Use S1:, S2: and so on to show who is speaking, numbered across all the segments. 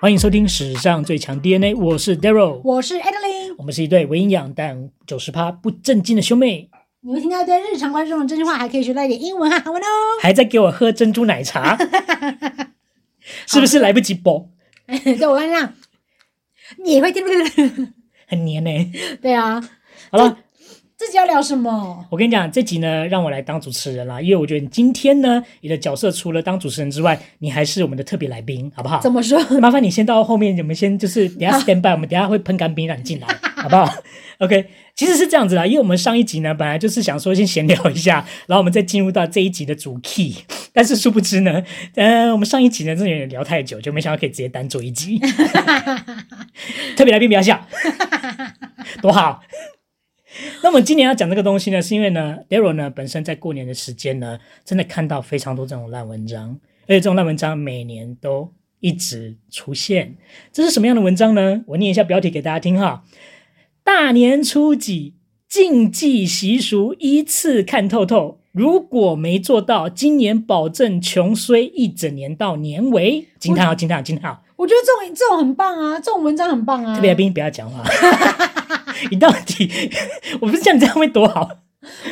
S1: 欢迎收听史上最强 DNA，我是 Daryl，
S2: 我是 Adeline。
S1: 我们是一对伪营养但九十趴不正经的兄妹，
S2: 你们听到一堆日常观众的真心话，还可以学到一点英文和韩文哦。
S1: 还在给我喝珍珠奶茶，是不是来不及播？
S2: 对，我跟你讲，你也会听不听？
S1: 很黏呢、欸
S2: 对啊，
S1: 好了，
S2: 自己要聊什么？
S1: 我跟你讲，这集呢让我来当主持人啦，因为我觉得你今天呢，你的角色除了当主持人之外，你还是我们的特别来宾，好不好？
S2: 怎么说？
S1: 麻烦你先到后面，我们先就是等一下 stand by，我们等一下会喷干冰让你进来， 好不好？OK，其实是这样子啦，因为我们上一集呢，本来就是想说先闲聊一下， 然后我们再进入到这一集的主 key，但是殊不知呢，呃，我们上一集呢真的有点聊太久，就没想到可以直接单做一集， 特别来宾不要笑， 多好。那么今年要讲这个东西呢，是因为呢，Daryl 呢本身在过年的时间呢，真的看到非常多这种烂文章，而且这种烂文章每年都一直出现。这是什么样的文章呢？我念一下标题给大家听哈：大年初几禁忌习俗依次看透透，如果没做到，今年保证穷衰一整年到年尾。惊叹号！啊惊叹号！惊叹号！
S2: 我觉得这种这种很棒啊，这种文章很棒啊。
S1: 特别来宾不要讲话。你到底， 我不是像你这样会多好？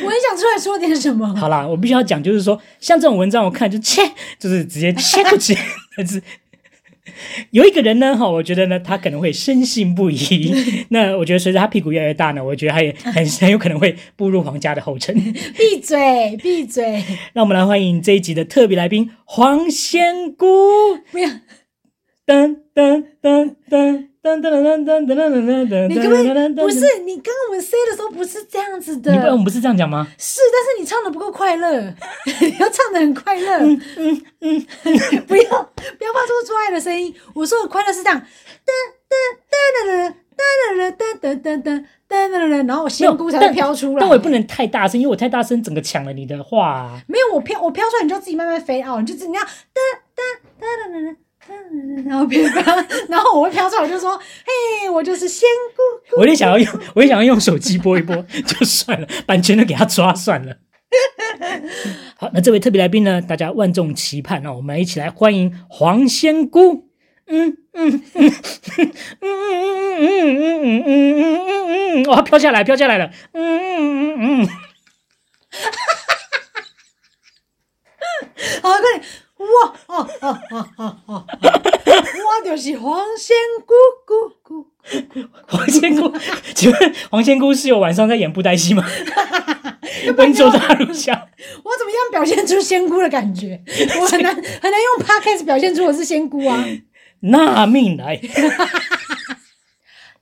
S2: 我很想出来说点什么。
S1: 好啦，我必须要讲，就是说，像这种文章，我看就切，就是直接切过 去。但是有一个人呢，哈，我觉得呢，他可能会深信不疑。 那我觉得随着他屁股越来越大呢，我觉得他也很很有可能会步入皇家的后尘。
S2: 闭嘴，闭嘴！
S1: 让我们来欢迎这一集的特别来宾黄仙姑。
S2: 不要，
S1: 噔噔噔噔噔噔噔噔噔噔噔噔
S2: 你可不 可以？不是，你刚刚我们 say 的时候不是这样子的
S1: 你。不，我们不是这样讲吗？
S2: 是，但是你唱的不够快乐， 你要唱的很快乐。嗯 嗯嗯，不要不要发出做爱的声音。我说的快乐是这样，噔噔噔噔噔噔噔噔噔噔噔噔噔，然后我仙姑才会飘出来。
S1: 但我也不能太大声，因为我太大声整个抢了你的话、啊。
S2: 没有我飘，我飘出来你就自己慢慢飞哦，你就自己那样噔噔噔噔噔。然后飘飘，然后我会飘出来，我就说：“嘿，我就是仙姑姑。
S1: 我也想要用，我也想要用手机播一播，就算了，版权都给他抓算了。好，那这位特别来宾呢，大家万众期盼哦，我们一起来欢迎黄仙姑。嗯嗯嗯嗯嗯嗯嗯嗯嗯嗯嗯嗯，哇，飘下来，飘下来了。嗯嗯嗯嗯，”
S2: 好，快点！哇哦哦哦哦哦！我就是黄仙姑姑姑。
S1: 黄仙姑，请问黄仙姑是有晚上在演布袋戏吗？温州大陆下。
S2: 我怎么样表现出仙姑的 感觉？我很难很难用 podcast 表现出我是仙姑啊！
S1: 纳命来，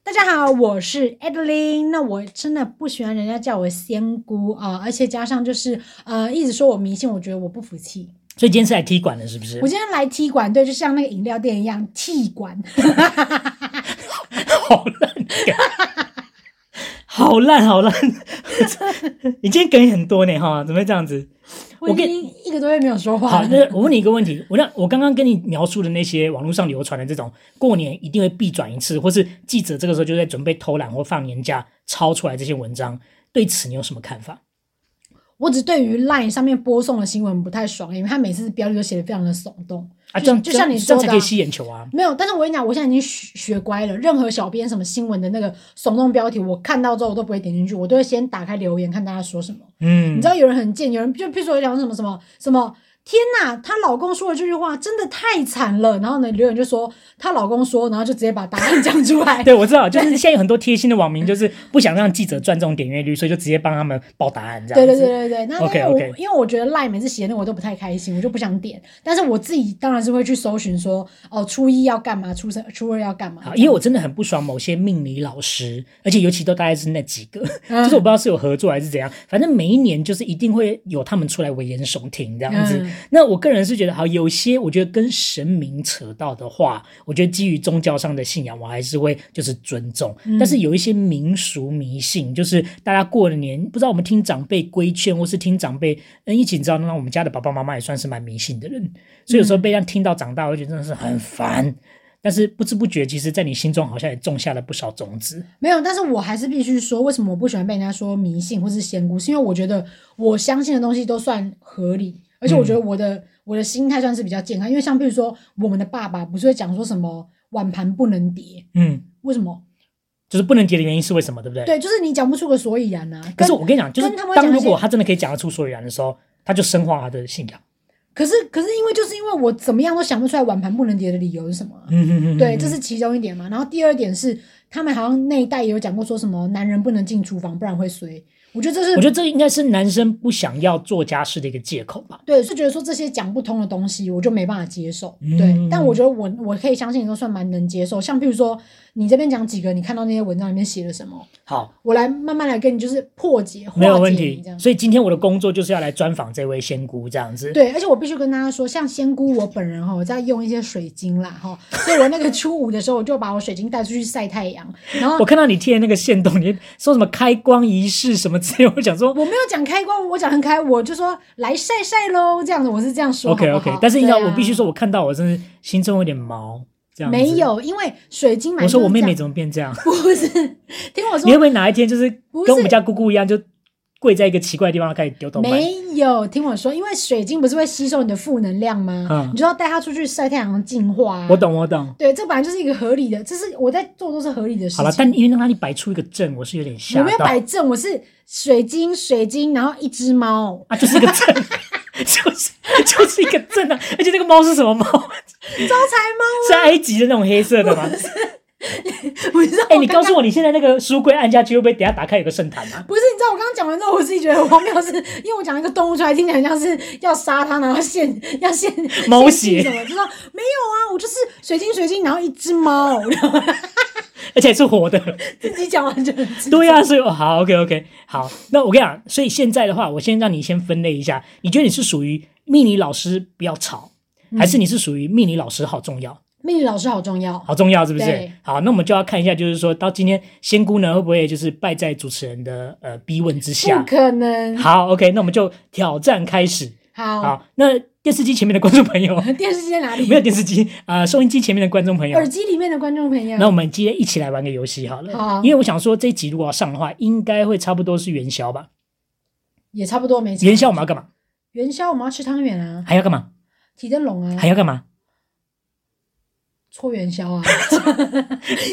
S2: 大家好，我是 Adeline。那我真的不喜欢人家叫我仙姑啊、而且加上就是呃，一直说我迷信，我觉得我不服气。
S1: 所以今天是来踢馆的，是不是
S2: 我？今天来踢馆，对，就像那个饮料店一样踢 馆。
S1: 好烂梗，好烂，好烂！ 你今天梗很多呢，哈，怎么会这样子？
S2: 我已
S1: 跟
S2: 经一个多月没有说话
S1: 好，
S2: 了。
S1: 那我问你一个问题，我让我刚刚跟你描述的那些网络上流传的这种过年一定会必转一次，或是记者这个时候就在准备偷懒或放年假抄出来这些文章，对此你有什么看法？
S2: 我只对于 LINE 上面播送的新闻不太爽，因为他每次标题都写的非常的耸动
S1: 啊，
S2: 就
S1: 这样
S2: 就像你
S1: 这
S2: 说
S1: 样
S2: 的
S1: 才
S2: 啊、
S1: 可以吸眼球啊！
S2: 没有，但是我跟你讲，我现在已经学学乖了。任何小编什么新闻的那个耸动标题，我看到之后我都不会点进去，我都会先打开留言看大家说什么。
S1: 嗯，
S2: 你知道有人很贱，有人就譬如说有讲什么什么什么，天呐，她老公说的这句话真的太惨了。然后呢，留言就说她老公说，然后就直接把答案讲出 来。
S1: 对，我知道，就是现在有很多贴心的网民，就是不想让记者赚这种点阅率，所以就直接帮他们报答案，这
S2: 对
S1: 样
S2: 对
S1: 子。
S2: 对对对，那因
S1: OK，
S2: 为我
S1: OK
S2: 因为我觉得赖每次写的我都不太开心，我就不想点。但是我自己当然是会去搜寻说，哦，初一要干嘛，初三、初二要干嘛
S1: 好，。因为我真的很不爽某些命理老师，而且尤其都大概是那几个，就是我不知道是有合作还是怎样，反正每一年就是一定会有他们出来危言耸听这样子。
S2: 嗯
S1: 那我个人是觉得，好，有些我觉得跟神明扯到的话，我觉得基于宗教上的信仰，我还是会就是尊重。
S2: 嗯
S1: 但是有一些民俗迷信，就是大家过了年，不知道我们听长辈规劝，或是听长辈嗯一起，你知道，那我们家的爸爸妈妈也算是蛮迷信的人，所以有时候被这样听到长大，我就觉得真的是很
S2: 嗯
S1: 烦。但是不知不觉，其实在你心中好像也种下了不少种子。
S2: 没有，但是我还是必须说，为什么我不喜欢被人家说迷信或是仙姑，是因为我觉得我相信的东西都算合理，
S1: 嗯
S2: 而且我觉得我的、我的心态算是比较健康。因为像譬如说，我们的爸爸不是会讲说什么，碗盘不能叠，
S1: 嗯，
S2: 为什么？
S1: 就是不能叠的原因是为什么，对不对？。
S2: 对，就是你讲不出个所以然啊。
S1: 可是
S2: 跟
S1: 我跟你讲，就是
S2: 跟他们讲
S1: 当
S2: 那
S1: 如
S2: 些
S1: 果他真的可以讲得出所以然的时候，他就深化他的信仰。
S2: 可是可是因为就是因为我怎么样都想不出来碗盘不能叠的理由是什么啊、
S1: 嗯哼哼，
S2: 对，这是其中一点嘛。然后第二点是，他们好像那一代也有讲过，说什么男人不能进厨房，不然会衰。我觉得这是
S1: 我觉得这应该是男生不想要做家事的一个借口吧。
S2: 对，是觉得说这些讲不通的东西，我就没办法接受。
S1: 嗯
S2: 对，但我觉得我我可以相信你都算蛮能接受。像譬如说，你这边讲几个，你看到那些文章里面写了什么，
S1: 好，
S2: 我来慢慢来跟你就是破解，化
S1: 没有
S2: 解
S1: 问
S2: 你
S1: 题
S2: 这。样。
S1: 所以今天我的工作就是要来专访这位仙姑，这样子。，
S2: 对，而且我必须跟大家说，像仙姑，我本人哈，我在用一些水晶啦哈，所以我那个初五的时候，我就把我水晶带出去晒太阳，然后
S1: 我看到你贴的那个线动，你说什么开光仪式什么之类，我想说
S2: 我没有讲开关，我讲很开，我就说来晒晒喽，这样子，我是这样说好不
S1: OK
S2: 好。
S1: OK，但是你知道，
S2: 对啊
S1: 我必须说，我看到我真是心中有点毛，这样子
S2: 没。有，因为水晶买
S1: 我说
S2: 就是
S1: 我妹
S2: 这
S1: 妹
S2: 样
S1: 怎么变这样？
S2: 不是， 听我
S1: 你会
S2: 说
S1: 不会哪一天就是跟我们家姑姑一样，就跪在一个奇怪的地方开始丢豆瓣？
S2: 没有，听我说，因为水晶不是会吸收你的负能量吗？
S1: 嗯
S2: 你就要带它出去晒太阳净化、啊
S1: 我。懂，我懂。
S2: 对，这本来就是一个合理的，这是我在做都是合理的事
S1: 好
S2: 情。
S1: 了，但因为让你摆出一个阵，我是有点吓
S2: 我没有
S1: 到
S2: 摆正，我是水晶，水晶，然后一只猫，
S1: 啊，就是一个阵， 就是就是一个阵啊！而且那个猫是什么猫？
S2: 招财猫，
S1: 是埃及的那种黑色的吗？
S2: 不知道。
S1: 哎、你告诉我，你现在那个书柜按下去，会不会等一下打开有个圣坛啊？
S2: 不是，你知道我刚刚讲完之后，我自己觉得很荒谬，是因为我讲一个动物出来，听起来像是要杀它，然后献 要献
S1: 猫血
S2: 血什么，就说没有啊，我就是水晶水晶，然后一只猫，然后
S1: 而且还是活的。
S2: 自己讲完就很知
S1: 对啊，所以哦好，OK OK，好，那我跟你讲，所以现在的话，我先让你先分类一下，你觉得你是属于命理老师不要吵，还是你是属于命理老师好重要，
S2: 命理老师好重要，
S1: 好重要是不是
S2: 对？
S1: 好，那我们就要看一下，就是说到今天仙姑呢会不会就是败在主持人的呃逼问之
S2: 不
S1: 下？
S2: 可能。
S1: 好，OK，那我们就挑战开始。
S2: 好，
S1: 好，那电视机前面的观众朋友，
S2: 电视机在哪里？
S1: 没有电视机啊、呃收音机前面的观众朋友
S2: 耳，机里面的观众朋友
S1: 那，我们今天一起来玩个游戏好了。
S2: 好啊
S1: 因为我想说这一集如果要上的话，应该会差不多是元宵吧？
S2: 也差不多没差
S1: 元宵我们要干嘛？
S2: 元宵我们要吃汤圆啊，
S1: 还要干嘛？
S2: 提灯笼啊
S1: 还，要干嘛？
S2: 搓 元宵啊，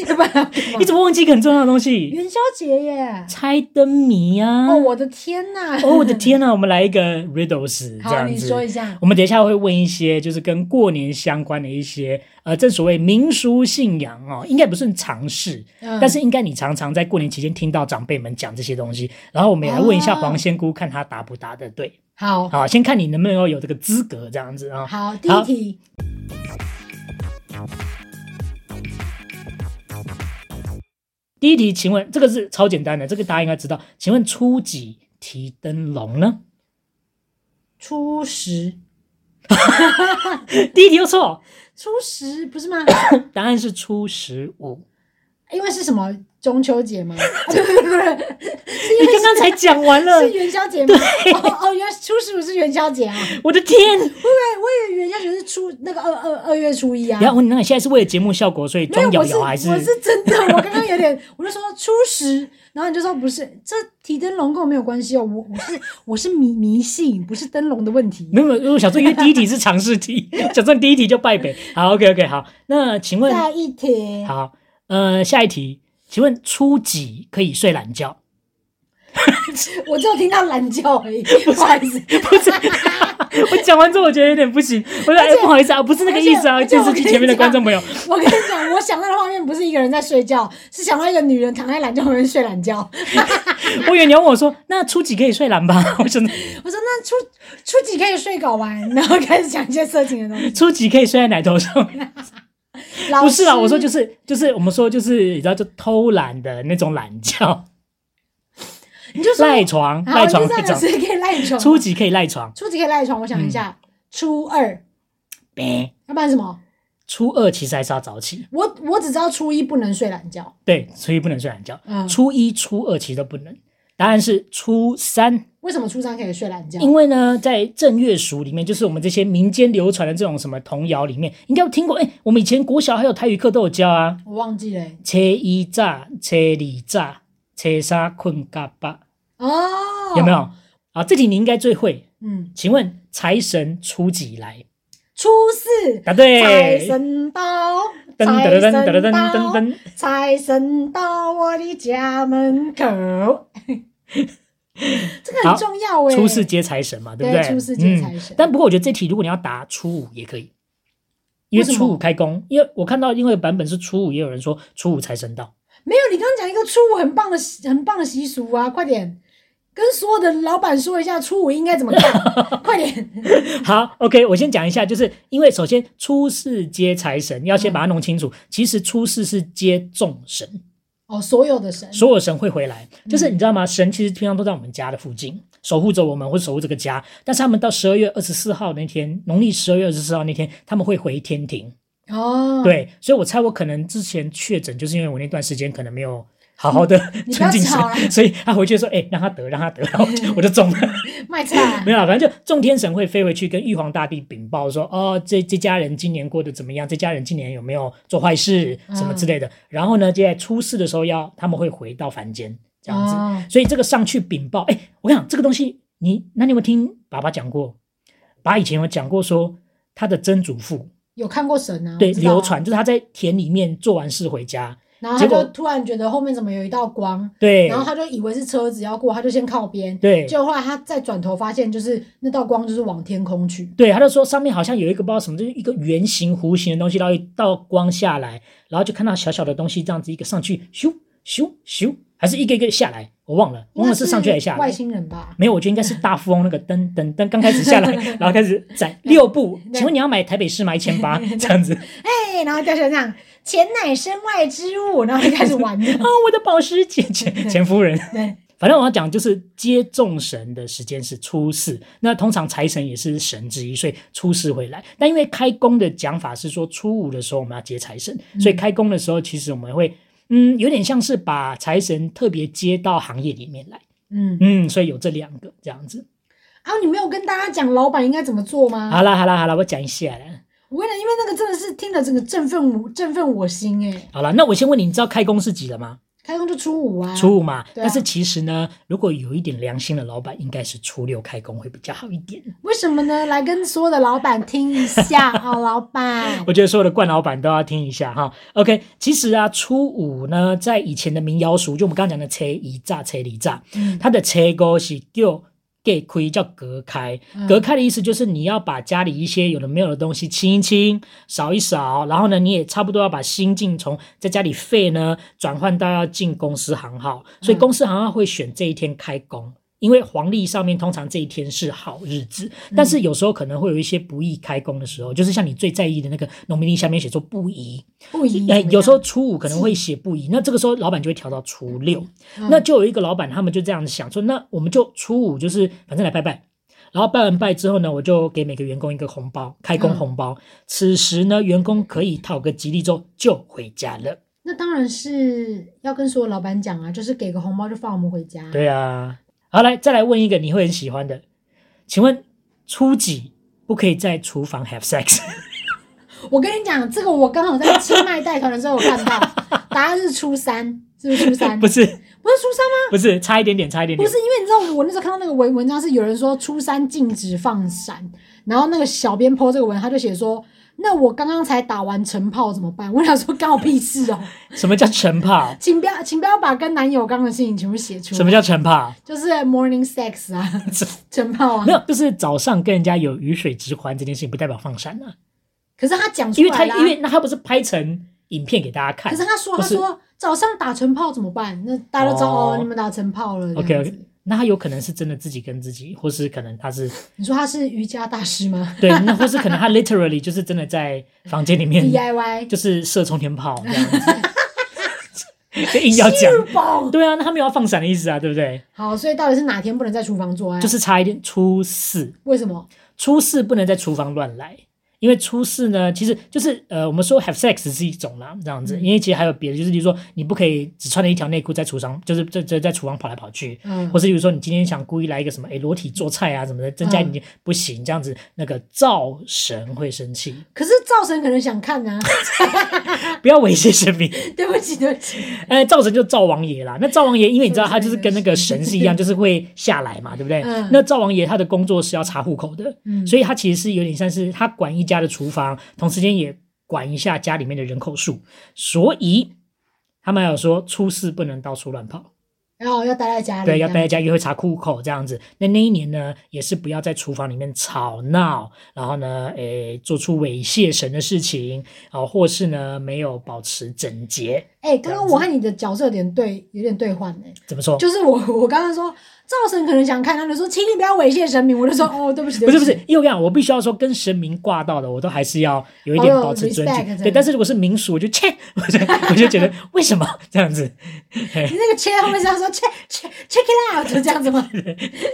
S2: 要不然要干嘛
S1: 你怎么忘记一个很重要的东西？
S2: 元宵节耶！
S1: 猜灯谜呀！
S2: 哦，我的天呐！
S1: 嗯哦我的天呐！我们来一个 riddles 这
S2: 好，
S1: 样
S2: 你说一
S1: 子。
S2: 下。
S1: 我们等一下会问一些，就是跟过年相关的一些，呃，正所谓民俗信仰哦，应该不是常识，
S2: 嗯
S1: 但是应该你常常在过年期间听到长辈们讲这些东西。然后我们也来问一下
S2: 哦
S1: 黄仙姑，看她答不答的对。
S2: 好
S1: 好，先看你能不能够有这个资格这样子啊。
S2: 好，第一题，
S1: 第一题，请问这个是超简单的，这个大家应该知道。请问初几提灯笼呢？
S2: 初十，
S1: 第一题又错，
S2: 初十不 是吗？
S1: 答案是初十五。
S2: 因为是什么中秋节吗？啊不不不不，是因
S1: 你
S2: 为
S1: 刚刚才讲完了，
S2: 是元宵节吗？哦哦，原来初十五是元宵节啊！
S1: 我的天！
S2: 对，我以为元宵节是初那个二二二月初一啊。
S1: 然后你那你现在是为了节目效果，所以
S2: 没有，
S1: 装瑶
S2: 我是
S1: 瑶还
S2: 我是真的，我刚刚有点，我就说初十，然后你就说不是，这提灯笼跟我没有关系哦，我我是我是迷迷信，不是灯笼的问题。
S1: 没有？没有我想说，因为第一题是常试 题，想说你第一题就败北。好，OK OK，好。那请问，
S2: 再一题，
S1: 好，呃，下一题，请问初几可以睡懒觉？
S2: 我就听到懒觉而已，不好意思，
S1: 不是， 我讲完之后我觉得有点不行，我说哎，不好意思啊，不是那个意思啊，
S2: 而且
S1: 电
S2: 而且
S1: 视
S2: 我
S1: 机
S2: 跟
S1: 前面的
S2: 你
S1: 观
S2: 讲
S1: 众 朋友，
S2: 我跟你讲，我想到的画面不是一个人在睡觉，是想到一个女人躺在懒觉旁边睡懒觉。
S1: 我以为你要问我说，那初几可以睡懒吧？ 我想
S2: 我说那初初几可以睡搞完，然后开始讲一些色情的东西。
S1: 初几可以睡在奶头上 面？
S2: 老
S1: 不是啦，
S2: 师
S1: 我说就是就是我们说就是你知道就偷懒的那种懒觉，
S2: 你就说
S1: 赖床
S2: 好，
S1: 赖
S2: 你
S1: 床
S2: 就这
S1: 赖
S2: 样老
S1: 床，
S2: 师可以赖床。
S1: 初几可以赖床？
S2: 初几可以赖床？我想一下，
S1: 嗯
S2: 初二，
S1: 呗，
S2: 要不然什么？
S1: 初二其实还是要早起，
S2: 我我只知道初一不能睡懒觉。
S1: 对，初一不能睡懒觉，
S2: 嗯
S1: 初一初二其实都不能。答案是初三，
S2: 为什么初三可以睡懒觉？
S1: 因为呢，在正月俗里面，就是我们这些民间流传的这种什么童谣里面，应该有听过。哎、我们以前国小还有台语课都有教啊，
S2: 我忘记了欸、
S1: 初一早，初二早，初三困嘎巴，
S2: 哦，
S1: 有没？有？啊，这题你应该最会，
S2: 嗯，
S1: 请问财神初几来？
S2: 初四
S1: 答
S2: 财
S1: 对，
S2: 神到，
S1: 噔噔噔噔噔噔噔
S2: 财
S1: 噔
S2: 神
S1: 噔，
S2: 到财神到我的家门口， 这个
S1: 好
S2: 很重要哎、
S1: 初四接财神嘛，对不
S2: 对
S1: 对？
S2: 初四接财神
S1: 嗯但不过我觉得这题如果你要答初五也可以，因为
S2: 为什么
S1: 初五开工，因为我看到另外一个版本是初五，也有人说初五财神到。
S2: 没有，你刚刚讲一个初五很棒的习很棒的习俗啊，快点跟所有的老板说一下初五应该怎么 干，快点。
S1: 好，OK，我先讲一下，就是因为首先初四接财神，要先把它弄清楚。其实初四是接众神，
S2: 哦，所有的神，
S1: 所有神会回来，就是你知道吗？神其实平常都在我们家的附近，守护着我们，或守护这个家。但是他们到十二月二十四号那天，农历十二月二十四号那天，他们会回天庭。
S2: 哦，，
S1: 对，所以我猜我可能之前确诊，就是因为我那段时间可能没有。好好的
S2: 你不要
S1: 纯净
S2: 吵啦
S1: 神，所以他回去说：“哎、让他得，让他得。”然后我就我就中了。
S2: 卖菜
S1: 没有啦，啊反正就众天神会飞回去跟玉皇大帝禀报说，哦，这这家人今年过得怎么样？这家人今年有没有做坏事
S2: 嗯
S1: 什么之类的？然后呢，就在出事的时候要他们会回到凡间这样子。
S2: 哦
S1: 所以这个上去禀报，哎，我跟你讲这个东西，你那你有没有听爸爸讲过？爸爸以前有讲过说，他的曾祖父
S2: 有看过神啊，
S1: 对
S2: 我知道啊
S1: 流传，，就是他在田里面做完事回家，
S2: 然后他
S1: 结果
S2: 就突然觉得后面怎么有一道光，
S1: 对
S2: 然后他就以为是车子要过，他就先靠边，
S1: 对
S2: 结果后来他再转头发现，就是那道光就是往天空去，
S1: 对，他就说上面好像有一个不知道什么，就是一个圆形、弧形的东西，然后一道光下来，然后就看到小小的东西这样子一个上去，咻咻咻，还是一个一个下来，我忘了，忘了是上去还是下
S2: 外
S1: 来。
S2: 星人吧？
S1: 没有，我觉得应该是大富翁那个噔噔噔，刚开始 下来，然后开始攒六步。请问你要买台北市吗？一千 八这样子。哦，
S2: 哎，然后掉下来这样，钱乃身外之物，然后就开始玩了
S1: 我的宝石姐姐钱夫人。
S2: 对，
S1: 反正我要讲就是接众神的时间是初四，那通常财神也是神之一，所以初四会来。但因为开工的讲法是说初五的时候我们要接财神，
S2: 嗯
S1: 所以开工的时候其实我们会。嗯，有点像是把财神特别接到行业里面来，
S2: 嗯，
S1: 嗯，所以有这两个这样子。
S2: 啊，你没有跟大家讲老板应该怎么做吗？
S1: 好啦好啦好啦，我讲一下啦。
S2: 我跟你讲，因为那个真的是听了整个振奋我振奋我心哎、
S1: 好啦，那我先问你，你知道开工是几了吗？
S2: 开工就初五啊，
S1: 初五嘛。
S2: 对啊
S1: 但是其实呢，如果有一点良心的老板，应该是初六开工会比较好一点。
S2: 为什么呢？来跟所有的老板听一 下哦，老板
S1: 我觉得所有的冠老板都要听一下哈。OK，其实啊，初五呢，在以前的民谣俗，就我们刚刚讲的“车一炸，车里炸”，
S2: 嗯
S1: 它的“车沟”是叫“给亏”，叫隔开。
S2: 嗯
S1: 隔开的意思就是你要把家里一些有的没有的东西清一清、扫一扫，然后呢，你也差不多要把心境从在家里废呢转换到要进公司行号，所以
S2: 嗯
S1: 公司行号会选这一天开工。因为黄历上面通常这一天是好日子，
S2: 嗯
S1: 但是有时候可能会有一些不易开工的时候，就是像你最在意的那个农民历下面写作不宜，
S2: 不一
S1: 哎，
S2: 样。
S1: 有时候初五可能会写不宜，那这个时候老板就会调到初六，
S2: 嗯
S1: 那就有一个老板他们就这样子想说，那我们就初五就是反正来拜拜，然后拜完拜之后呢，我就给每个员工一个红包，开工
S2: 嗯
S1: 红包，此时呢员工可以讨个吉利之后就回家了。
S2: 那当然是要跟所有老板讲啊，就是给个红包就放我们回家。
S1: 对啊，好来再来问一个你会很喜欢的，请问初几不可以在厨房 have sex？
S2: 我跟你讲，这个我刚好在清迈带团的时候有看 到，答案是初三，是不是初三？
S1: 不
S2: 不
S1: 是
S2: 是初三吗？
S1: 不是，差一点点，差一点
S2: 不
S1: 点。
S2: 是，因为你知道我那时候看到那个文文章是有人说初三禁止放闪，然后那个小编 po 这个文，他就写说，那我刚刚才打完晨炮怎么办？我想说干我屁事哦，
S1: 什么叫晨跑？
S2: 请不要请不要把跟男友刚的事情全部写出来。
S1: 什么叫晨跑？
S2: 就是 morning sex 啊，晨泡啊
S1: 没。有，就是早上跟人家有鱼水之欢这件事情，不代表放闪啊。
S2: 可是他讲出
S1: 因为
S2: 来
S1: 他
S2: 啦、
S1: 因为那他不是拍成影片给大家看，
S2: 可是他说
S1: 不
S2: 他
S1: 是
S2: 说早上打晨泡怎么办？那大家都知道
S1: 哦
S2: 哦，你们打晨泡了。这
S1: OK
S2: 样子
S1: OK，那他有可能是真的自己跟自己，或是可能他是
S2: 你说他是瑜伽大师吗
S1: 对，那或是可能他 literally 就是真的在房间里 面
S2: ？DIY
S1: 就是射冲天炮这样子，就硬要讲。
S2: 日宝
S1: 对啊，那他没有要放闪的意思啊，对不对？
S2: 好，所以到底是哪天不能在厨房做爱？
S1: 就是差一点初四，
S2: 为什么？
S1: 初四不能在厨房乱来，因为初四呢，其实就是呃，我们说 have sex 是一种啦，这样子，因为其实还有别的，就是比如说你不可以只穿着一条内裤在厨房，就是在在在厨房跑来跑去，
S2: 嗯
S1: 或，是比如说你今天想故意来一个什么，诶，裸体做菜啊什么的，增
S2: 嗯
S1: 加你、不行，这样子那个灶神会生气，
S2: 可是赵神可能想 看啊，
S1: 不要猥亵神明，
S2: 对不起，对不起，
S1: 哎，灶神就灶王爷啦。那灶王爷，因为你知道他就是跟那个
S2: 是
S1: 神是一样，就是会下来嘛，对不对？
S2: 嗯
S1: 那灶王爷他的工作是要查户口的，
S2: 嗯
S1: 所以他其实是有点像是他管一家的厨房，同时间也管一下家里面的人口数，所以他们还有说出事不能到处乱跑，
S2: 然后要待在家里，
S1: 对，要待在家里会查户口这样子。那那一年呢，也是不要在厨房里面吵闹，然后呢，诶，做出猥亵神的事情啊、或是呢没有保持整洁。
S2: 哎、刚刚我和你的角色有点对，有点对换呢、
S1: 怎么说？
S2: 就是我，我刚刚说赵神可能想看，他就说，请你不要猥亵神明，我就说，哦，对不起，对
S1: 不是不
S2: 起
S1: 是，又要我必须要说，跟神明挂到的，我都还是要有一点
S2: 保有
S1: 保持尊
S2: respect
S1: 敬。
S2: 这
S1: 对，
S2: 样
S1: 但是如果是民俗，我就切，我就我就觉得为什么这样子？
S2: 你那个切后面是要说切切 check it out，就这样子吗？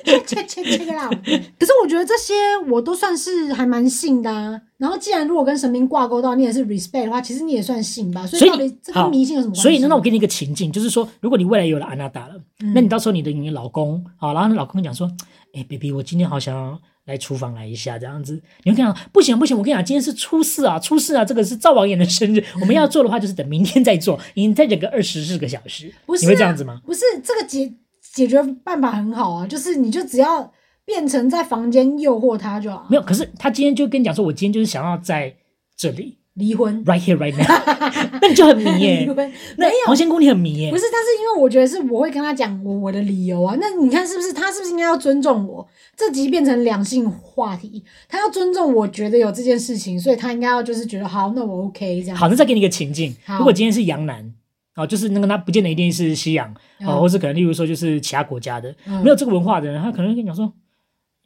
S2: 切切切 check it out。可是我觉得这些我都算是还蛮信的啊。然后既然如果跟神明挂钩到，你也是 respect 的话，其实你也算信吧。所
S1: 所以
S2: 以到
S1: 你
S2: 底这跟迷信有什么关系？
S1: 所以呢，那我给你一个情境，就是说，如果你未来有了安娜达了，
S2: 嗯
S1: 那你到时候你的你的老公啊，然后你老公讲说，哎、b a b y 我今天好想要来厨房来一下，这样子，你会跟他讲不行不行，我跟你讲，今天是初四啊，初四啊，这个是灶王爷的生 日，我们要做的话就是等明天再做，你再忍个二十四个小时，
S2: 不是啊
S1: 你会这样子吗？
S2: 不是这个解解决办法很好啊，就是你就只要变成在房间诱惑他就好
S1: 没，有，可是他今天就跟你讲说，我今天就是想要在这里
S2: 离婚，
S1: ，right here right now，那你就很迷耶、
S2: 离婚 没
S1: 那
S2: 有
S1: 黄仙姑你很迷耶、
S2: 不是，但是因为我觉得是我会跟他讲我我的理由啊。那你看是不是他是不是应该要尊重我？这集变成两性话题，他要尊重我觉得有这件事情，所以他应该要就是觉得好，那我 OK 这样。
S1: 好，那再给你一个情境，
S2: 好
S1: 如果今天是洋男。哦，就是那个，他不见得一定是西洋，哦，
S2: 嗯
S1: 或是可能例如说就是其他国家的，
S2: 嗯
S1: 没有这个文化的人，他可能会跟你讲说，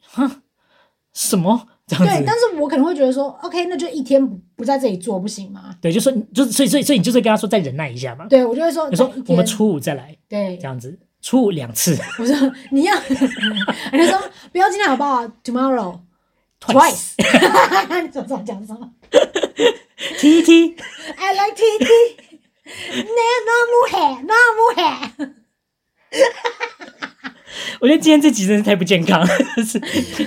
S1: 哈，什么这样
S2: 对，但
S1: 子？
S2: 是我可能会觉得说，OK，那就一天不不在这里做不行吗？
S1: 对，就说你就是所以所以所以你就是跟他说再忍耐一下嘛。
S2: 对，我就会说，
S1: 你说
S2: 一天
S1: 我们初五再来
S2: 对
S1: 这，样子，初五两 次
S2: 我说你要，我就说不要今天好不好？Tomorrow
S1: ，twice，
S2: 你怎么讲什么
S1: 踢一踢，
S2: ？I like T T，那 那么黑，那么黑。
S1: 我觉得今天这集真是太不健康了，是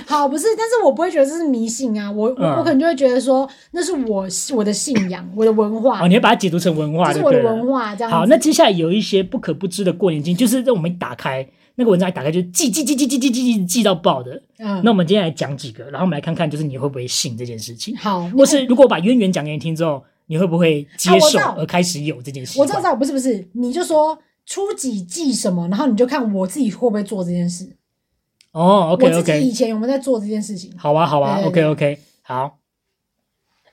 S2: 好，不是，但是我不会觉得这是迷信啊，我我、
S1: 嗯
S2: 我可能就会觉得说那是我我的信仰，我的文化
S1: 哦，，你要把它解读成文化就
S2: 这
S1: 是
S2: 我
S1: 对
S2: 的
S1: 了，
S2: 文化这样子。
S1: 好，那接下来有一些不可不知的过年经，就是让我们一打开那个文章，一打开就记记记记记记记记记到爆的。
S2: 嗯，
S1: 那我们今天来讲几个，然后我们来看看，就是你会不会信这件事情，
S2: 好，
S1: 或是如果我把渊源讲给你听之后，你会不会接
S2: 啊我知
S1: 受
S2: 道
S1: 而开始有这件事？
S2: 我知道，知道，不是不是，你就说初几记什么，然后你就看我自己会不会做这件事。
S1: 哦，OK
S2: 我自己以
S1: OK，
S2: 前有没有在做这件事情？
S1: 好啊好啊
S2: 对对
S1: ，OK
S2: 对
S1: OK，好。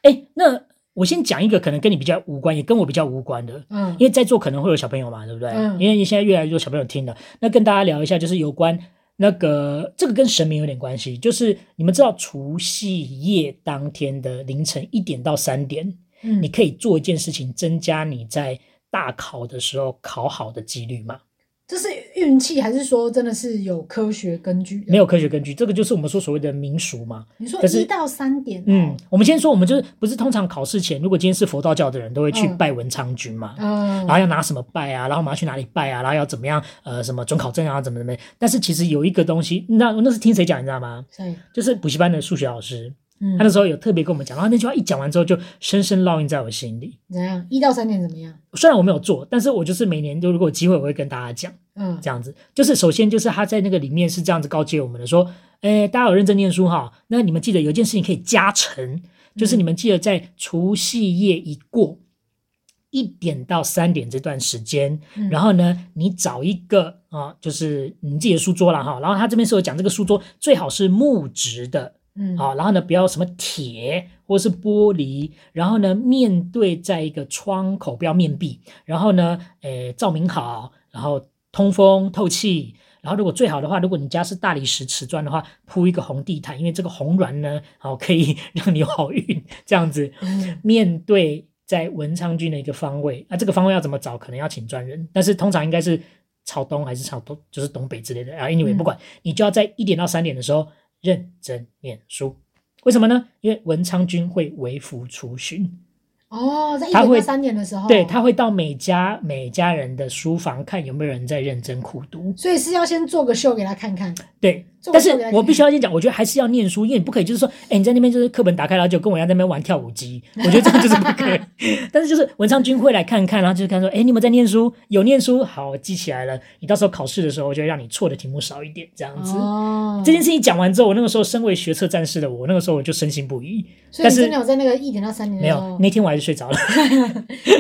S1: 哎，那我先讲一个可能跟你比较无关，也跟我比较无关的，
S2: 嗯
S1: 因为在座可能会有小朋友嘛，对不对？
S2: 嗯
S1: 因为现在越来越多小朋友听了，那跟大家聊一下，就是有关那个这个跟神明有点关系，就是你们知道除夕夜当天的凌晨一点到三点，
S2: 嗯
S1: 你，可以做一件事情，增加你在大考的时候考好的几率吗？
S2: 这是运气还是说真的是有科学根据的？
S1: 没有科学根据，这个就是我们说所谓的民俗嘛。
S2: 你说
S1: 可是
S2: 一到三点、
S1: 嗯，，我们先说，我们就是不是通常考试前，如果今天是佛道教的人，都会去
S2: 嗯
S1: 拜文昌君嘛。
S2: 嗯，
S1: 然后要拿什么拜啊，然后我们要去哪里拜啊，然后要怎么样，呃，什么准考证啊，怎么怎么样。但是其实有一个东西，那那是听谁讲，你知道吗？
S2: 所以
S1: 就是补习班的数学老师，
S2: 嗯
S1: 他，那时候有特别跟我们讲，然后那句话一讲完之后，就深深烙印在我心里。
S2: 怎样？一到三点怎么样？
S1: 虽然我没有做，但是我就是每年就如果有机会，我会跟大家讲
S2: 嗯，
S1: 这样子。就是首先就是他在那个里面是这样子告诫我们的，说，哎，大家有认真念书哈，那你们记得有一件事情可以加成，就是你们记得在除夕夜一过。一点到三点这段时间，
S2: 嗯
S1: 然后呢，你找一个啊，就是你自己的书桌啦哈。然后他这边是有讲这个书桌最好是木质的
S2: 嗯，
S1: 啊，然后呢不要什么铁或是玻璃，然后呢面对在一个窗口，不要面壁，然后呢，呃，照明好，然后通风透气。然后，如果最好的话，如果你家是大理石瓷砖的话，铺一个红地毯，因为这个红鸾呢，好、可以 让你有好运，这样子。
S2: 嗯
S1: 面对在文昌君的一个方位，啊那、这个方位要怎么找，可能要请专人，但是通常应该是朝东还是朝东，就是东北之类的啊。Anyway，
S2: 嗯
S1: 不管，你就要在一点到三点的时候认真念书。为什么呢？因为文昌君会微服出巡，
S2: 哦，在一
S1: 他
S2: 点
S1: 会
S2: 到三点的时候，
S1: 对他会到每家每家人的书房看有没有人在认真苦读。
S2: 所以是要先做个秀给他看看。
S1: 对，
S2: 这
S1: 但
S2: 我
S1: 是
S2: 特别
S1: 我必须要先讲，我觉得还是要念书，因为你不可以就是说，哎、你在那边就是课本打开，然后就跟我一样在那边玩跳舞机，我觉得这样就是不可以。 但是就是文昌君会来看看，然后就是看说，哎、你有没有在念书？有念书，好，我记起来了。你到时候考试的时候，我就会让你错的题目少一点，这样子。
S2: 哦，
S1: 这件事情讲完之后，我那个时候身为学测战士的我，那个时候我就深信不疑。
S2: 所
S1: 但
S2: 以你
S1: 是
S2: 真的有在那个一点到三点的
S1: 没
S2: 时
S1: 有
S2: 候，
S1: 那天我还就睡 着了，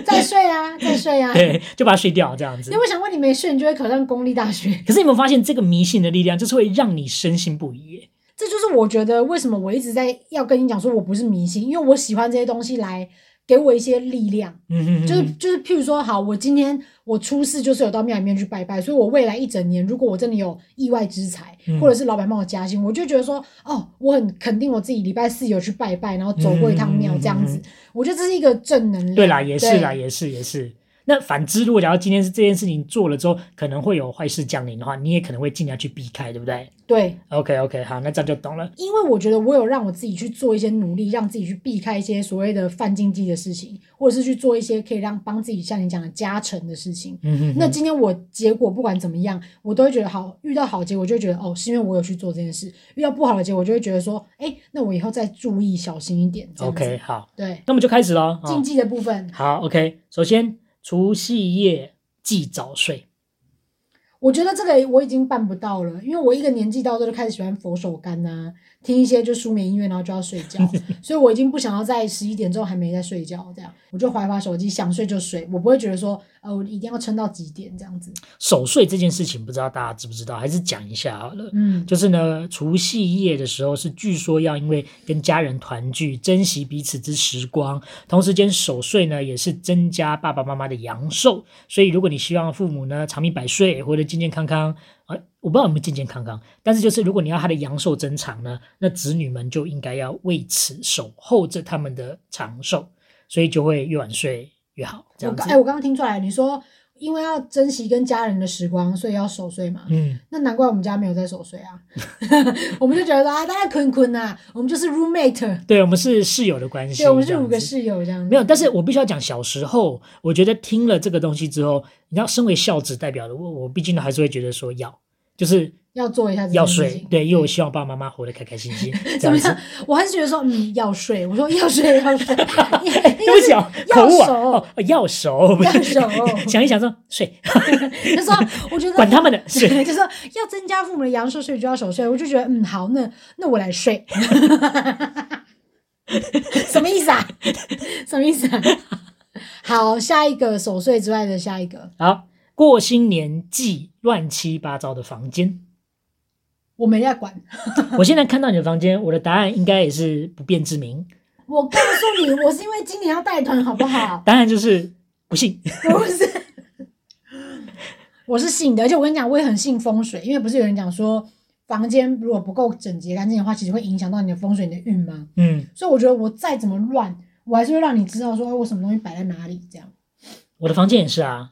S2: 再睡啊，再睡啊。
S1: 对，就把它睡掉这样子
S2: 因为。我想问你，没睡你就会考上公立大学，
S1: 可是你有没有发现，这个迷信的力量就是会让你深信不疑耶？
S2: 这就是我觉得为什么我一直在要跟你讲说我不是迷信，因为我喜欢这些东西来给我一些力量。
S1: 嗯哼哼
S2: 就是就是，譬如说，好，我今天我出事就是有到庙里面去拜拜，所以我未来一整年，如果我真的有意外之财，
S1: 嗯
S2: 或者是老板帮我加薪，我就觉得说，哦，我很肯定我自己礼拜四有去拜拜，然后走过一趟庙这样
S1: 嗯嗯
S2: 子，
S1: 嗯
S2: 我觉得这是一个正能量。
S1: 对啦，也是啦，
S2: 嗯对，
S1: 也是也是。那反之，如果假如今天是这件事情做了之后，可能会有坏事降临的话，你也可能会尽量去避开，对不对
S2: 对，
S1: ？OK OK，好，那这样就懂了。
S2: 因为我觉得我有让我自己去做一些努力，让自己去避开一些所谓的犯禁忌的事情，或者是去做一些可以让帮自己像你讲的加成的事情。
S1: 嗯哼哼
S2: 那今天我结果不管怎么样，我都会觉得好，遇到好结果就会觉得哦，是因为我有去做这件事；遇到不好的结果，就会觉得说，哎，那我以后再注意小心一点。这样子
S1: OK 好，
S2: 对，
S1: 那我们就开始喽。
S2: 禁
S1: 哦、
S2: 忌的部分，
S1: 好，OK，首先除夕夜忌早睡。
S2: 我觉得这个我已经办不到了，因为我一个年纪到这就开始喜欢佛手柑呐、听一些就舒眠音乐，然后就要睡觉，所以我已经不想要在十一点钟还没在睡觉这样，我就划一划手机，想睡就睡，我不会觉得说，呃，我一定要撑到几点这样子。
S1: 守岁这件事情，不知道大家知不知道，还是讲一下好了。
S2: 嗯，
S1: 就是呢，除夕夜的时候是据说要因为跟家人团聚，珍惜彼此之时光，同时间守岁呢也是增加爸爸妈妈的阳寿。所以如果你希望父母呢长命百岁，活得健健康康，呃，我不知道有没有健健康康，但是就是如果你要他的阳寿增长呢，那子女们就应该要为此守候着他们的长寿，所以就会越晚睡越好，这
S2: 我
S1: 样
S2: 刚
S1: 子
S2: 哎、。我刚刚听出来，你说因为要珍惜跟家人的时光，所以要守岁嘛。
S1: 嗯，
S2: 那难怪我们家没有在守岁啊， 我们就觉得说啊，大家坤坤啊，我们就是 roommate，
S1: 对，我们是室友的关系，
S2: 对，我们
S1: 这
S2: 是
S1: 样
S2: 五个
S1: 子
S2: 室友这样子。
S1: 没有，但是我必须要讲，小时候我觉得听了这个东西之后，你知道，身为孝子代表的我，我毕竟还是会觉得说要，就是
S2: 要做一下这
S1: 要
S2: 件事
S1: 睡
S2: 情，
S1: 对，因 为我希望爸爸妈妈活得开开心心，这
S2: 怎么
S1: 样子
S2: 样。？我还是觉得说，嗯，要睡。我说要睡，要睡。
S1: 对
S2: 对
S1: 不起啊，口误
S2: 要
S1: 啊，
S2: 熟。
S1: 哦，哦要熟，不是
S2: 要熟
S1: 想一想说睡，
S2: 就说我觉得
S1: 管他 们的睡
S2: 对，就说要增加父母的阳寿，所以就要守岁。我就觉得，嗯，好，那那我来睡。 什么意思啊？ 什么意思啊？好，下一个守岁之外的下一个，
S1: 好。过新年忌乱七八糟的房 间。
S2: 我没在管。
S1: 我现在看到你的房间，我的答案应该也是不变之名，
S2: 我告诉你，我是因为今年要带团，好不好？
S1: 当然就是不信。
S2: 不是，我是信的，而且我跟你讲，我也很信风水，因为不是有人讲说，房间如果不够整洁干净的话，其实会影响到你的风水、你的运吗？
S1: 嗯，
S2: 所以我觉得我再怎么乱，我还是会让你知道说哎我什么东西摆在哪里这样。
S1: 我的房间也是啊，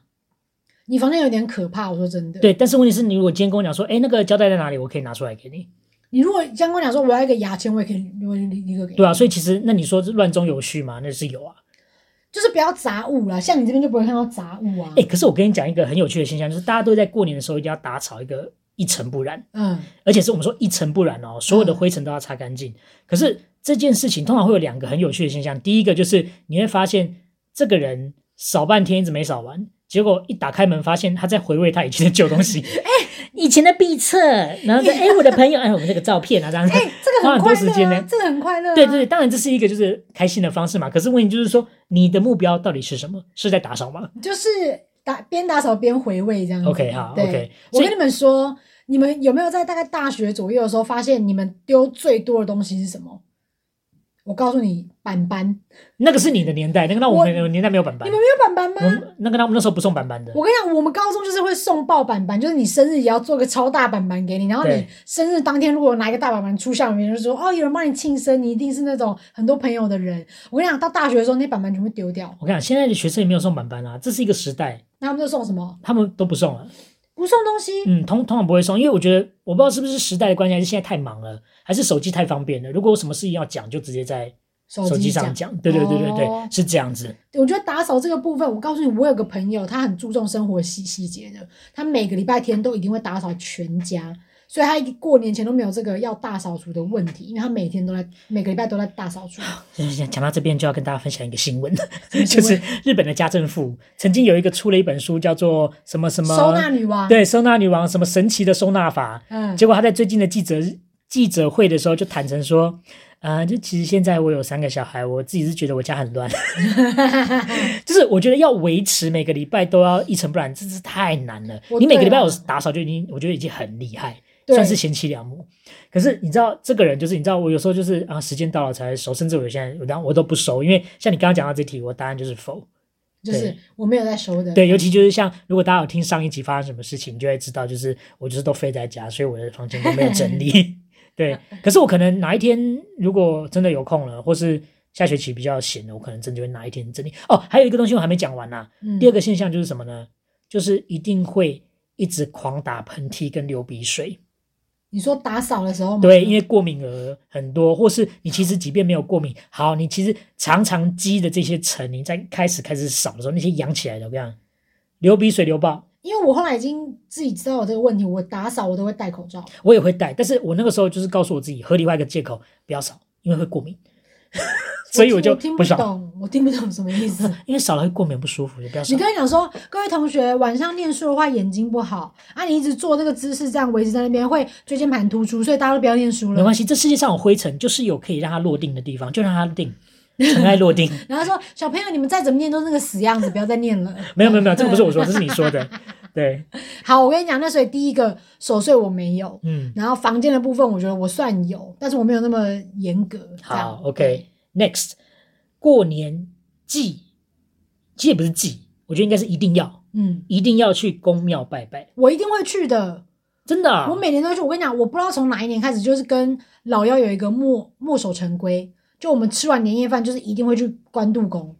S2: 你房间有点可怕，我说真的。，
S1: 对，但是问题是你如果今天跟我讲说，哎，那个胶带在哪里？我可以拿出来给你，
S2: 你如果先跟我讲说我要一个牙签，我也可以，我立刻给你，
S1: 对啊，所以其实那你说这乱中有序嘛，那是有啊。
S2: 就是不要杂物啦。像你这边就不会看到杂物啊。
S1: 哎，可是我跟你讲一个很有趣的现象，就是大家都在过年的时候一定要打扫一个一尘不染，
S2: 嗯，
S1: 而且是我们说一尘不染哦，所有的灰尘都要擦干净。可是这件事情通常会有两个很有趣的现象，第一个就是你会发现这个人扫半天一直没扫完。结果一打开门，发现他在回味他以前的旧东西， 哎，以前的壁册，然后就哎，我的朋友，哎，我们这个照片啊，这样子，
S2: 哎、这个
S1: 花
S2: 很
S1: 很
S2: 快
S1: 多时
S2: 乐、
S1: 间
S2: 啊
S1: 呢，，
S2: 这个很快乐、啊。
S1: 对对，对，当然这是一个就是开心的方式嘛。可是问题就是说，你的目标到底是什么？是在打扫吗？
S2: 就是打边打扫边回味这样子。
S1: OK，好
S2: 嗯对
S1: OK
S2: 我
S1: 所以
S2: 跟你们说，你们有没有在大概大学左右的时候，发现你们丢最多的东西是什么？我告诉你，板板，你
S1: 那个是你的年代，那个那我们的年代没有板板
S2: 们没，有板板吗？
S1: 我们那个那我们那时候不送板板的。
S2: 我跟你讲，我们高中就是会送爆板板，就是你生日也要做个超大板板给你，然后你
S1: 对
S2: 生日当天如果拿一个大板板出校园，就说哦，有人帮你庆生，你一定是那种很多朋友的人。我跟你讲，到大学的时候，那些板板全部丢掉，
S1: 我跟你讲，现在的学生也没有送板板啊，这是一个时代，
S2: 那他们就送什么？
S1: 他们都不送了。
S2: 不送东西。
S1: 嗯，通通常不会送，因为我觉得我不知道是不是时代的关系，还是现在太忙了，还是手机太方便了。如果有什么事情要讲，就直接在
S2: 手
S1: 手机
S2: 机
S1: 上讲。对对对对
S2: 哦
S1: 对，是这样子。
S2: 我觉得打扫这个部分，我告诉你，我有个朋友，他很注重生活细细节的，他每个礼拜天都一定会打扫全家，所以他一过年前都没有这个要大扫除的问题，因为他每天都在每个礼拜都在大扫除。
S1: 讲到这边，就要跟大家分享一个新闻，
S2: 么新
S1: 就
S2: 闻
S1: 是日本的家政妇曾经有一个出了一本书，叫做什么什么
S2: 收纳女王
S1: 对，收纳女王什么神奇的收纳法。
S2: 嗯，
S1: 结果她在最近的记者日记者会的时候就坦诚说，啊、就其实现在我有三个小孩，我自己是觉得我家很乱， 就是我觉得要维持每个礼拜都要一尘不染，真是太难了。
S2: 我
S1: 你每个礼拜
S2: 对啊
S1: 有打扫就已经，我觉得已经很厉害，
S2: 对啊
S1: 算是贤妻良母。可是你知道这个人，就是你知道我有时候就是啊，时间到了才收，甚至我现在我当我都不收，因为像你刚刚讲到这题，我答案就是否。
S2: 就是
S1: 对
S2: 我没有在收的。
S1: 对，尤其就是像如果大家有听上一集发生什么事情，你就会知道，就是我就是都飞在家，所以我的房间都没有整理。对，可是我可能哪一天如果真的有空了，或是下学期比较闲了，我可能真的会哪一天整理。哦，还有一个东西我还没讲完呢、
S2: 嗯，
S1: 第二个现象就是什么呢？就是一定会一直狂打喷嚏跟流鼻水。
S2: 你说打扫的时候吗？嗯
S1: 对，因为过敏儿很多，或是你其实即便没有过敏，好，你其实常常积的这些尘，你在开始开始扫的时候，那些扬起来的，我跟你讲，流鼻水流爆。
S2: 因为我后来已经自己知道我这个问题，我打扫我都会戴口罩。
S1: 我也会戴，但是我那个时候就是告诉我自己，合理外一个借口，不要扫，因为会过敏，所以
S2: 我
S1: 我就
S2: 听
S1: 不
S2: 不
S1: 扫，
S2: 懂，我听不懂什么意 思。
S1: 因为扫了会过敏不舒服，就不要扫
S2: 你。跟他讲说，各位同学，晚上念书的话眼睛不好啊，你一直做这个姿势，这样维持在那边会椎间盘突出，所以大家都不要念书
S1: 没
S2: 了。
S1: 关系，这世界上有灰尘，就是有可以让它落定的地方，就让它定，尘埃落定。
S2: 然后说，小朋友，你们再怎么念都是那个死样子，不要再念了。
S1: 没有没有没有，这个不是我说，这是你说的。对，
S2: 好，我跟你讲，那所以第一个守岁我没有，
S1: 嗯，
S2: 然后房间的部分我觉得我算有，但是我没有那么严格。这样
S1: 好，OK，Next，、过年祭，其实也不是祭，我觉得应该是一定要，
S2: 嗯，
S1: 一定要去公庙拜拜，
S2: 我一定会去的。
S1: 真的、啊。
S2: 我每年都去。我跟你讲，我不知道从哪一年开始，就是跟老幺有一个墨墨守成规，就我们吃完年夜饭，就是一定会去关渡宫。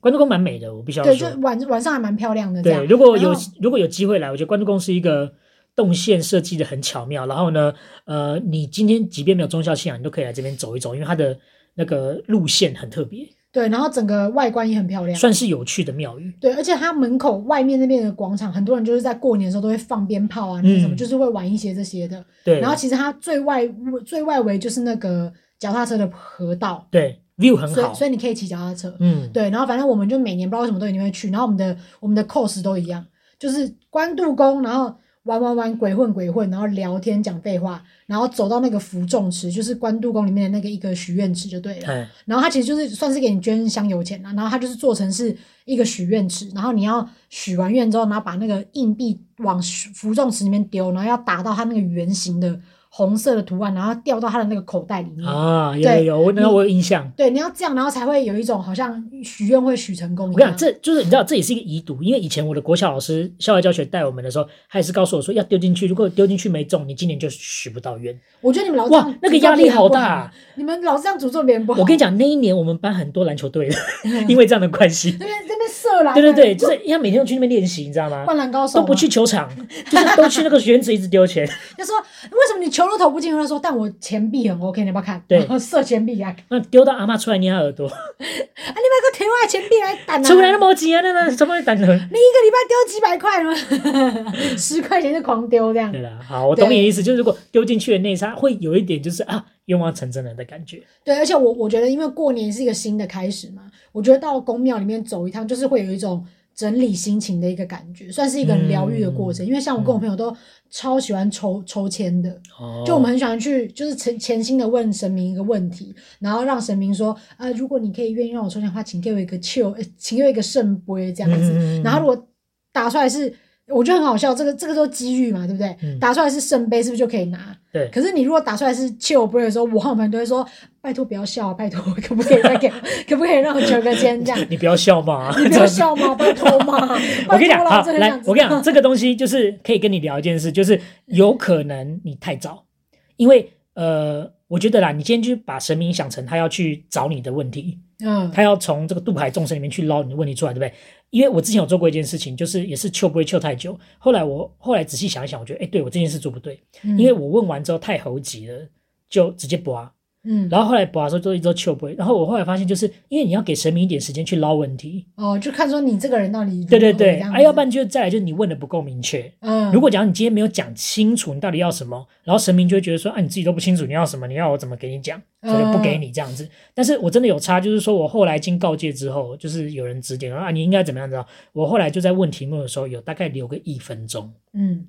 S1: 关渡宫蛮美的，我必须要
S2: 对，
S1: 说。
S2: 就晚晚上还蛮漂亮的这样。
S1: 对，如果有
S2: 然后
S1: 如果有机会来，我觉得关渡宫是一个动线设计的很巧妙。然后呢，呃，你今天即便没有宗教信仰，你都可以来这边走一走，因为它的那个路线很特别，
S2: 对，然后整个外观也很漂亮。
S1: 算是有趣的庙宇。
S2: 对，而且它门口外面那边的广场，很多人就是在过年的时候都会放鞭炮啊，那些什么，
S1: 嗯
S2: 就是会玩一些这些的。
S1: 对，
S2: 然后其实它最外最外围就是那个脚踏车的河道，
S1: 对 view 很
S2: 所
S1: 好
S2: 以，所以你可以骑脚踏车。
S1: 嗯，
S2: 对，然后反正我们就每年不知道为什么都一定会去，然后我们的我们的 cos 都一样，就是关渡宫，然后玩玩玩鬼混鬼混，然后聊天讲废话，然后走到那个福众池，就是关渡宫里面的那个一个许愿池就对了。
S1: 哎，
S2: 然后它其实就是算是给你捐香油钱啊，然后它就是做成是一个许愿池，然后你要许完愿之后，然后把那个硬币往许福众池里面丢，然后要打到它那个圆形的红色的图案，然后掉到它的那个口袋里面。
S1: 啊，有有
S2: 对
S1: 有，我那
S2: 你
S1: 我有印象。
S2: 对，你要这样，然后才会有一种好像许愿会许成功一
S1: 我跟你
S2: 样
S1: 讲，。这就是你知道，这也是一个遗毒，因为以前我的国小老师校外教学带我们的时候，他也是告诉我说要丢进去，如果丢进去没中，你今年就许不到愿。
S2: 我觉得你们老
S1: 哇
S2: 这样
S1: 那个
S2: 诅咒
S1: 压力
S2: 别人
S1: 好
S2: 不
S1: 大
S2: 啊你们老是这样诅咒别人不好。
S1: 我跟你
S2: 讲，
S1: 讲，那一年我们班很多篮球队的， 因为这样的关系，
S2: 那边那边射篮啊，
S1: 对对 对，就是因为他每天都去那边练习，你知道吗？
S2: 灌篮高手啊
S1: 都
S2: 嘛
S1: 不去，球场， 就是都去那个原子一直丢钱。
S2: 就说为什么你球都投不进？他说，但我前臂很 OK，你要不要看？
S1: 对
S2: 然后射前臂啊，啊，
S1: 那丢到阿妈出来捏她耳 朵，
S2: 你买个天外前臂来打啊，
S1: 出来那么急啊，那那怎么会胆疼？
S2: 你一个礼拜丢几百块吗？十块钱就狂丢这 样
S1: 对。啦，好，我
S2: 对
S1: 懂你的意思，就是如果丢进去的那一刹，会有一点就是啊，愿望成真了的感觉。
S2: 对，而且我我觉得，因为过年是一个新的开始嘛，我觉得到宫庙里面走一趟，就是会有一种整理心情的一个感觉，算是一个很疗愈的过
S1: 嗯
S2: 程。因为像我跟我朋友都超喜欢抽抽签的，
S1: 哦
S2: 就我们很喜欢去，就是诚潜心的问神明一个问题，然后让神明说，呃，如果你可以愿意让我抽签的话，请给我一个球，呃请给我一个圣杯这样子。
S1: 嗯嗯嗯
S2: 然后如果打出来是，我觉得很好笑，这个这个都机遇嘛，对不对？
S1: 嗯
S2: 打出来是圣杯，是不是就可以拿？
S1: 对，
S2: 可是你如果打出来是 chill b r 的时候，我和我朋友都会说：“拜托不要笑啊，拜托，可不可以再给， 可不可以让我求个签这样？
S1: 你不要笑嘛。
S2: 你不要笑嘛，拜托嘛。拜托
S1: 我
S2: 啦”
S1: 跟你讲，好，
S2: 真的
S1: 来
S2: 想，知
S1: 我跟你
S2: 道
S1: 讲，这个东西就是可以跟你聊一件事，就是有可能你太早，因为呃，我觉得啦，你今天就把神明想成他要去找你的问题，
S2: 嗯，
S1: 他要从这个渡海众生里面去捞你的问题出来，对不对？因为我之前有做过一件事情，就是也是求不会求太久。后来我后来仔细想一想，我觉得哎、诶对我这件事做不对，
S2: 嗯
S1: 因为我问完之后太猴急了，就直接拔。
S2: 嗯，
S1: 然后后来拔的时候就一直都求不会。然后我后来发现，就是因为你要给神明一点时间去捞问题，
S2: 哦，就看说你这个人到底如
S1: 对对
S2: 何
S1: 对，
S2: 嗯哦这样
S1: 啊，要不
S2: 子
S1: 然就再来就是你问的不够明确。
S2: 嗯，
S1: 如果假如你今天没有讲清楚你到底要什么，然后神明就会觉得说，啊，你自己都不清楚你要什么，你要我怎么给你讲，所以就不
S2: 呃嗯
S1: 给你这样子。但是我真的有差，就是说我后来经告诫之后，就是有人指点说啊，你应该怎么样怎么样。我后来就在问题目的时候，有大概留个一分钟，
S2: 嗯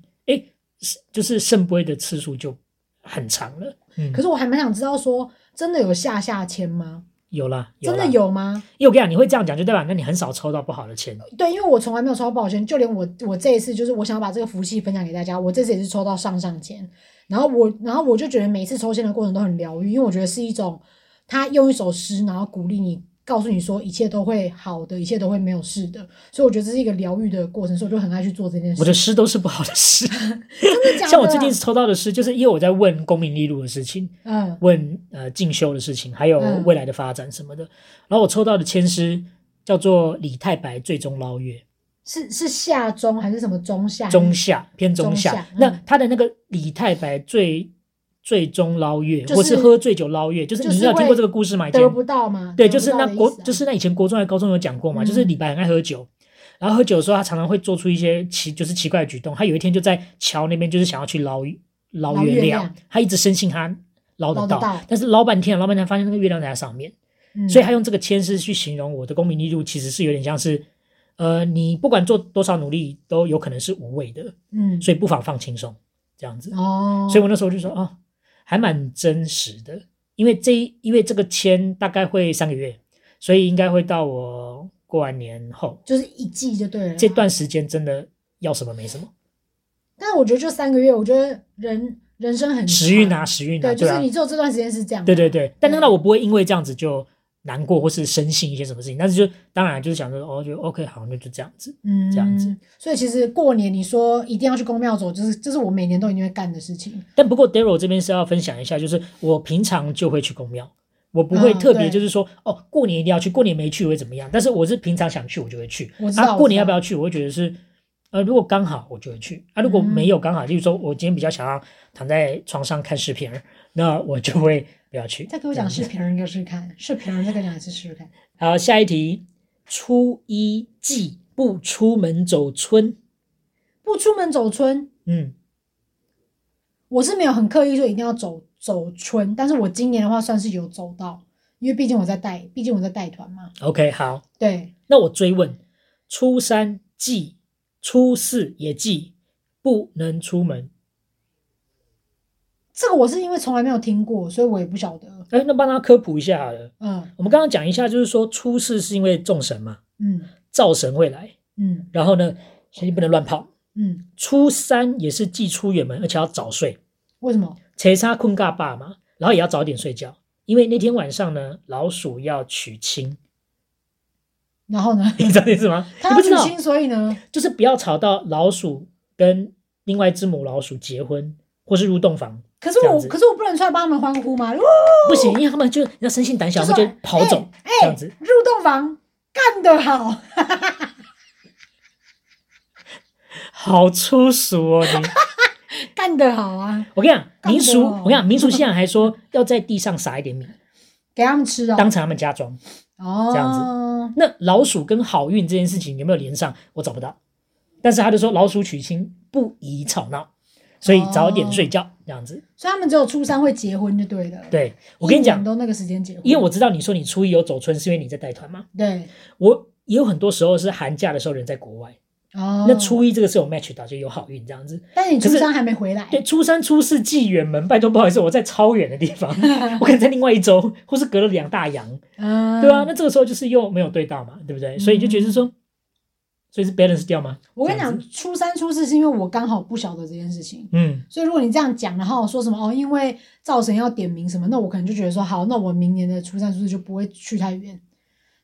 S1: 是就是圣杯的次数就很长了。嗯，
S2: 可是我还蛮想知道说，真的有下下签吗？
S1: 有啦，有
S2: 真
S1: 啦
S2: 的。有吗？
S1: 因为我跟你讲，你会这样讲，就代表那你很少抽到不好的签。
S2: 对，因为我从来没有抽到保险，就连我我这一次就是我想要把这个福气分享给大家，我这次也是抽到上上签，然后我然后我就觉得每一次抽签的过程都很疗愈，因为我觉得是一种他用一首诗，然后鼓励你，告诉你说一切都会好的，一切都会没有事的，所以我觉得这是一个疗愈的过程，所以我就很爱去做这件事。
S1: 我的诗都是不好的诗，
S2: 真的假的啊？
S1: 像我最近抽到的诗，就是因为我在问公民利禄的事情，
S2: 嗯
S1: 问呃进修的事情，还有
S2: 嗯
S1: 未来的发展什么的。然后我抽到的签诗叫做李太白最终捞月，
S2: 是是下中还是什么中下？
S1: 中下偏中
S2: 中
S1: 下。
S2: 下嗯
S1: 那他的那个李太白最最终捞月，
S2: 就是
S1: 或是喝醉酒捞月，就是
S2: 就
S1: 你
S2: 是
S1: 有听
S2: 会
S1: 过这个故事吗？以前
S2: 得不到吗？
S1: 对，
S2: 得
S1: 就
S2: 不
S1: 是
S2: 到
S1: 那
S2: 的意
S1: 国
S2: 思，啊
S1: 就是那以前国中还高中有讲过嘛，就是
S2: 嗯
S1: 李白很爱喝酒，然后喝酒的时候他常常会做出一些奇就是奇怪的举动。他有一天就在桥那边就是想要去捞捞
S2: 捞
S1: 月
S2: 月
S1: 亮
S2: 亮，
S1: 他一直深信他捞得
S2: 捞得
S1: 到，
S2: 到
S1: 但是捞半天，捞半天发现那个月亮在他上面，
S2: 嗯
S1: 所以他用这个签诗去形容我的功名利禄，其实是有点像是。呃，你不管做多少努力，都有可能是无谓的，
S2: 嗯，
S1: 所以不妨放轻松，这样子。
S2: 哦，
S1: 所以我那时候就说，哦，还蛮真实的，因为这一因为这个签大概会三个月，所以应该会到我过完年后
S2: 就是一季就对了啦。
S1: 这段时间，真的要什么没什么，
S2: 但是我觉得就三个月，我觉得人人生很
S1: 时运
S2: 长
S1: 啊，，时运啊，
S2: 对，就
S1: 对
S2: 是
S1: 啊
S2: 你，只有这段时间是这样，
S1: 对对，对。但那
S2: 嗯
S1: 我不会因为这样子就难过或是深信一些什么事情，但是就当然就是想说，哦，就 OK，好，那就这样子。
S2: 嗯，
S1: 这样子。
S2: 所以其实过年你说一定要去公庙走，就是这是我每年都一定会干的事情。
S1: 但不过 Daryl 这边是要分享一下，就是我平常就会去公庙。我不会
S2: 嗯
S1: 特别
S2: 对
S1: 就是说、哦，过年一定要去，过年没去会怎么样？但是我是平常想去我就会去，
S2: 我知道，
S1: 啊，过年要不
S2: 我
S1: 要去？我会觉得是，呃，如果刚好我就会去啊，如果没
S2: 嗯
S1: 有刚好，例如说我今天比较想要躺在床上看视频儿，那我就会不要去。
S2: 知道？再给我讲
S1: 这
S2: 视
S1: 样子。
S2: 频人试试看， 视频人再给我讲一次试试看。
S1: 好，下一题，初一忌不出门走村。
S2: 不出门走村，
S1: 嗯，
S2: 我是没有很刻意说一定要走走村，但是我今年的话算是有走到，因为毕竟我在带，毕竟我在带团嘛。
S1: OK，好，
S2: 对，
S1: 那我追问，初三忌，初四也忌，不能出门。
S2: 这个我是因为从来没有听过，所以我也不晓得。
S1: 哎，那帮他科普一下好了。
S2: 嗯
S1: 我们刚刚讲一下，就是说初四是因为众神嘛，
S2: 嗯
S1: 灶神会来，
S2: 嗯
S1: 然后呢，所以不能乱跑。
S2: 嗯，
S1: 初三也是既出远门，而且要早睡，
S2: 为什么？
S1: 切差困尬爸嘛，然后也要早点睡觉，因为那天晚上呢，老鼠要娶亲，
S2: 然后呢？
S1: 你知道这意思吗？你
S2: 他
S1: 不
S2: 要
S1: 知
S2: 娶
S1: 道，
S2: 亲，所以呢，
S1: 就是不要吵到老鼠跟另外一只母老鼠结婚，或是入洞房，
S2: 可是
S1: 这样
S2: 我
S1: 子
S2: 可是我不能出来帮他们欢呼吗？
S1: 不行，因为他们就要生性胆小，
S2: 就
S1: 他
S2: 是
S1: 们就跑走，
S2: 哎
S1: 这样子。
S2: 入洞房干得好，
S1: 好粗俗哦 你！
S2: 干得好啊！
S1: 我跟你讲，
S2: 干
S1: 民俗，
S2: 得哦
S1: 我跟你讲，民俗信仰还说要在地上撒一点 米，
S2: 给他们吃哦，
S1: 当成他们家装。
S2: 哦
S1: 这样
S2: 子。
S1: 那老鼠跟好运这件事情有没有连上？我找不到。但是他就说老鼠娶亲不宜吵闹，所以早点睡
S2: 哦
S1: 觉、这样子。
S2: 所以他们只有初三会结婚就对了。，
S1: 对我跟你讲，
S2: 都那个时间结婚，
S1: 因为我知道你说你初一有走春，是因为你在带团嘛。
S2: 对
S1: 我也有很多时候是寒假的时候人在国外，
S2: 哦，
S1: 那初一这个是有 match 到，就有好运这样子。
S2: 但是你初
S1: 可是
S2: 三还没回来，
S1: 对，初三、初四寄远门，拜托不好意思，我在超远的地方，我可能在另外一周，或是隔了两大洋，
S2: 嗯，
S1: 对啊，那这个时候就是又没有对到嘛，对不对？所以就觉得说，所以是 balance 掉吗？
S2: 我跟你
S1: 这样
S2: 讲
S1: 子，，
S2: 初三初四是因为我刚好不晓得这件事情。
S1: 嗯，
S2: 所以如果你这样讲，然后说什么哦，因为造神要点名什么，那我可能就觉得说好，那我明年的初三初四就不会去太远。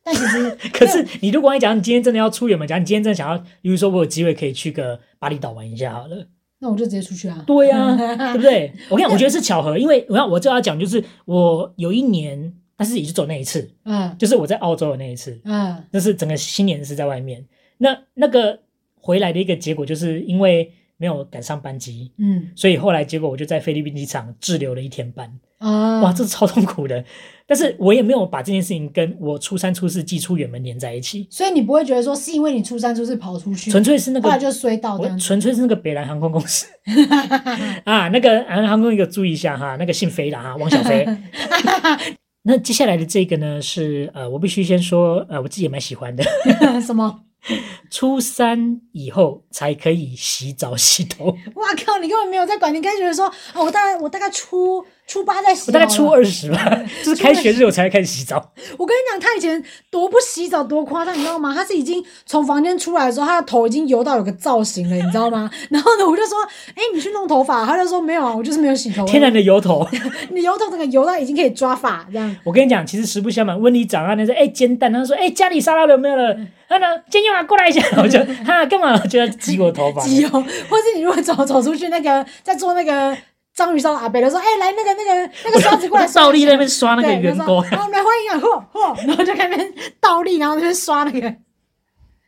S2: 但其实
S1: 可是你如果要讲，你今天真的要出远门，讲你今天真的想要，比如说我有机会可以去个巴厘岛玩一下好了。
S2: 那我就直接出去啊。
S1: 对呀、对不对？我跟你讲，我觉得是巧合，因为我要我就要讲，就是我有一年，但是也就走那一次，
S2: 嗯
S1: 就是我在澳洲的那一次，
S2: 嗯
S1: 那是整个新年是在外面。那那个回来的一个结果，就是因为没有赶上班机。
S2: 嗯
S1: 所以后来结果我就在菲律宾机场滞留了一天半，
S2: 啊，
S1: 哇，这是超痛苦的。但是我也没有把这件事情跟我初三、初四寄出远门连在一起，
S2: 所以你不会觉得说是因为你初三初四跑出去，
S1: 纯粹是那
S2: 嗯后来
S1: 个
S2: 就衰到这
S1: 我
S2: 样子。
S1: 纯粹是那个北兰航空公 司啊，那个啊航空公司注意一下哈，那个姓飞的哈，王小 飞。那接下来的这个呢，是呃，我必须先说，呃，我自己也蛮喜欢的，
S2: 什么？
S1: 初三以后才可以洗澡洗 头，
S2: 哇靠！你根本没有在管。你开学的时候，哦、我大概我大概初初八在洗，
S1: 我大概初。二十 吧，就是开学之后才开始洗澡。
S2: 我跟你讲，他以前多不洗澡，多夸张，你知道吗？他是已经从房间出来的时候，他的头已经油到有个造型了，你知道吗？ 然后呢，我就说，哎、你去弄头发，他就说没有啊，我就是没有洗头。
S1: 天然的油头，
S2: 你的油头那个油到已经可以抓发这样。
S1: 我跟你讲，其实实不相瞒，温妮长啊，那是哎煎蛋，他说哎家里沙拉有没有了？他呢煎油啊过来一下，我 就哈干嘛？就要挤我头发，
S2: 鸡哦， 或是你如果走走出去，那个在做那个章鱼烧的阿伯，他说：“哎、来那个那个那个刷子过来
S1: 我
S2: 刷
S1: 照例
S2: 一下。”
S1: 在那边刷那个
S2: 对，
S1: 员
S2: 他说
S1: 工，
S2: 然后我们来欢迎啊，嚯嚯，然后就开那边倒立，然后在那边刷那个 客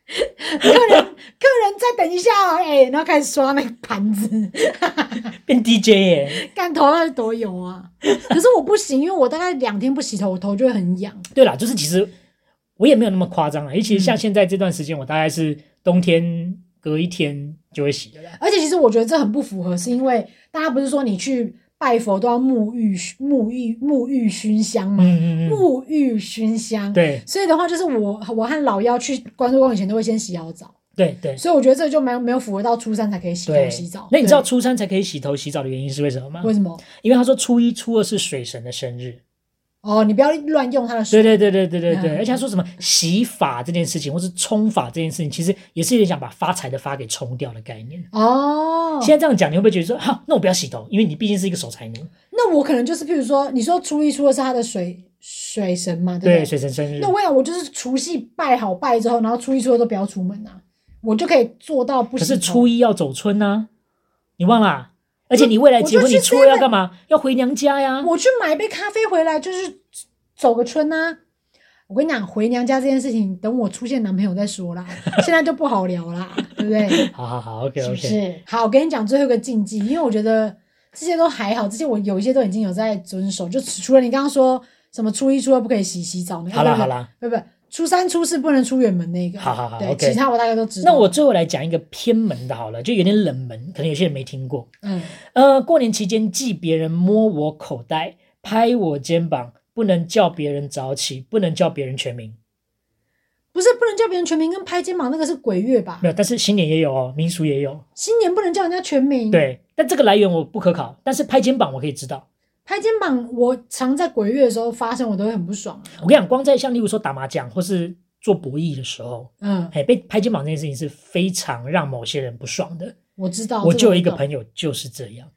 S2: 人，客人再等一下哦，哎、然后开始刷那个盘子，
S1: 变 DJ 耶。
S2: 干头到底多油啊！可是我不行，因为我大概两天不洗头，我头就会很痒。
S1: 对啦，就是其实我也没有那么夸张啊，尤其实像现在这段时间，我大概是冬天隔一天就会洗的啦。
S2: 而且其实我觉得这很不符合，是因为大家不是说你去拜佛都要沐浴沐浴沐浴熏香吗？
S1: 嗯嗯嗯，
S2: 沐浴熏香。
S1: 对
S2: 所以的话，就是我我和老幺去关渡宫以前都会先洗好澡，
S1: 对对
S2: 所以我觉得这就没有没有符合到初三才可以洗头
S1: 对，
S2: 洗澡。
S1: 那你
S2: 对
S1: 知道初三才可以洗头洗澡的原因是为什么吗？
S2: 为什么？
S1: 因为他说初一、初二是水神的生日。
S2: 哦，你不要乱用它的水
S1: 对对对对对对对，
S2: 嗯
S1: 而且他说什么洗发这件事情，或是冲发这件事情，其实也是有点想把发财的发给冲掉的概念。
S2: 哦。
S1: 现在这样讲，你会不会觉得说，哈、那我不要洗头，因为你毕竟是一个守财奴，
S2: 那我可能就是，譬如说，你说初一初二是他的水水神嘛，
S1: 对，
S2: 对不对？
S1: 水神生日
S2: 那。我想，我就是除夕拜好拜之后，然后初一初二都不要出门啊，我就可以做到不
S1: 可
S2: 洗头。啊
S1: 是初一要走春呐、你忘啦、啊而且你未来结
S2: 我
S1: 婚，
S2: 就去
S1: 你初二要干嘛？要回娘家呀。
S2: 我去买杯咖啡回来，就是走个春呐、我跟你讲，回娘家这件事情，等我出现男朋友再说 啦，现在就不好聊啦，对不对？
S1: 好好好，OK
S2: 是不
S1: OK。
S2: 是？好，我跟你讲最后一个禁忌，因为我觉得这些都还好，这些我有一些都已经有在遵守，就除除了你刚刚说什么初一初二不可以洗洗澡那个，
S1: 好啦
S2: 不
S1: 好啦，
S2: 不不，初三初四不能出远门那个，
S1: 好好好
S2: 对
S1: OK
S2: 其他我大概都知道。
S1: 那我最后来讲一个偏门的，好了，就有点冷门，可能有些人没听过。
S2: 嗯，
S1: 呃，过年期间忌别人摸我口袋、拍我肩膀，不能叫别人早起，不能叫别人全名。
S2: 不是不能叫别人全名，跟拍肩膀那个是鬼月吧
S1: 没？有，但是新年也有哦，民俗也有。
S2: 新年不能叫人家全名，。
S1: 对，但这个来源我不可考，但是拍肩膀我可以知道。
S2: 拍肩膀，我常在鬼月的时候发生，我都会很不爽。
S1: 我跟你讲，光在像例如说打麻将或是做博弈的时候，
S2: 嗯，
S1: 哎，被拍肩膀这件事情是非常让某些人不爽的。
S2: 哦我知道。
S1: 我就有一个
S2: 友，
S1: 朋友就是这样，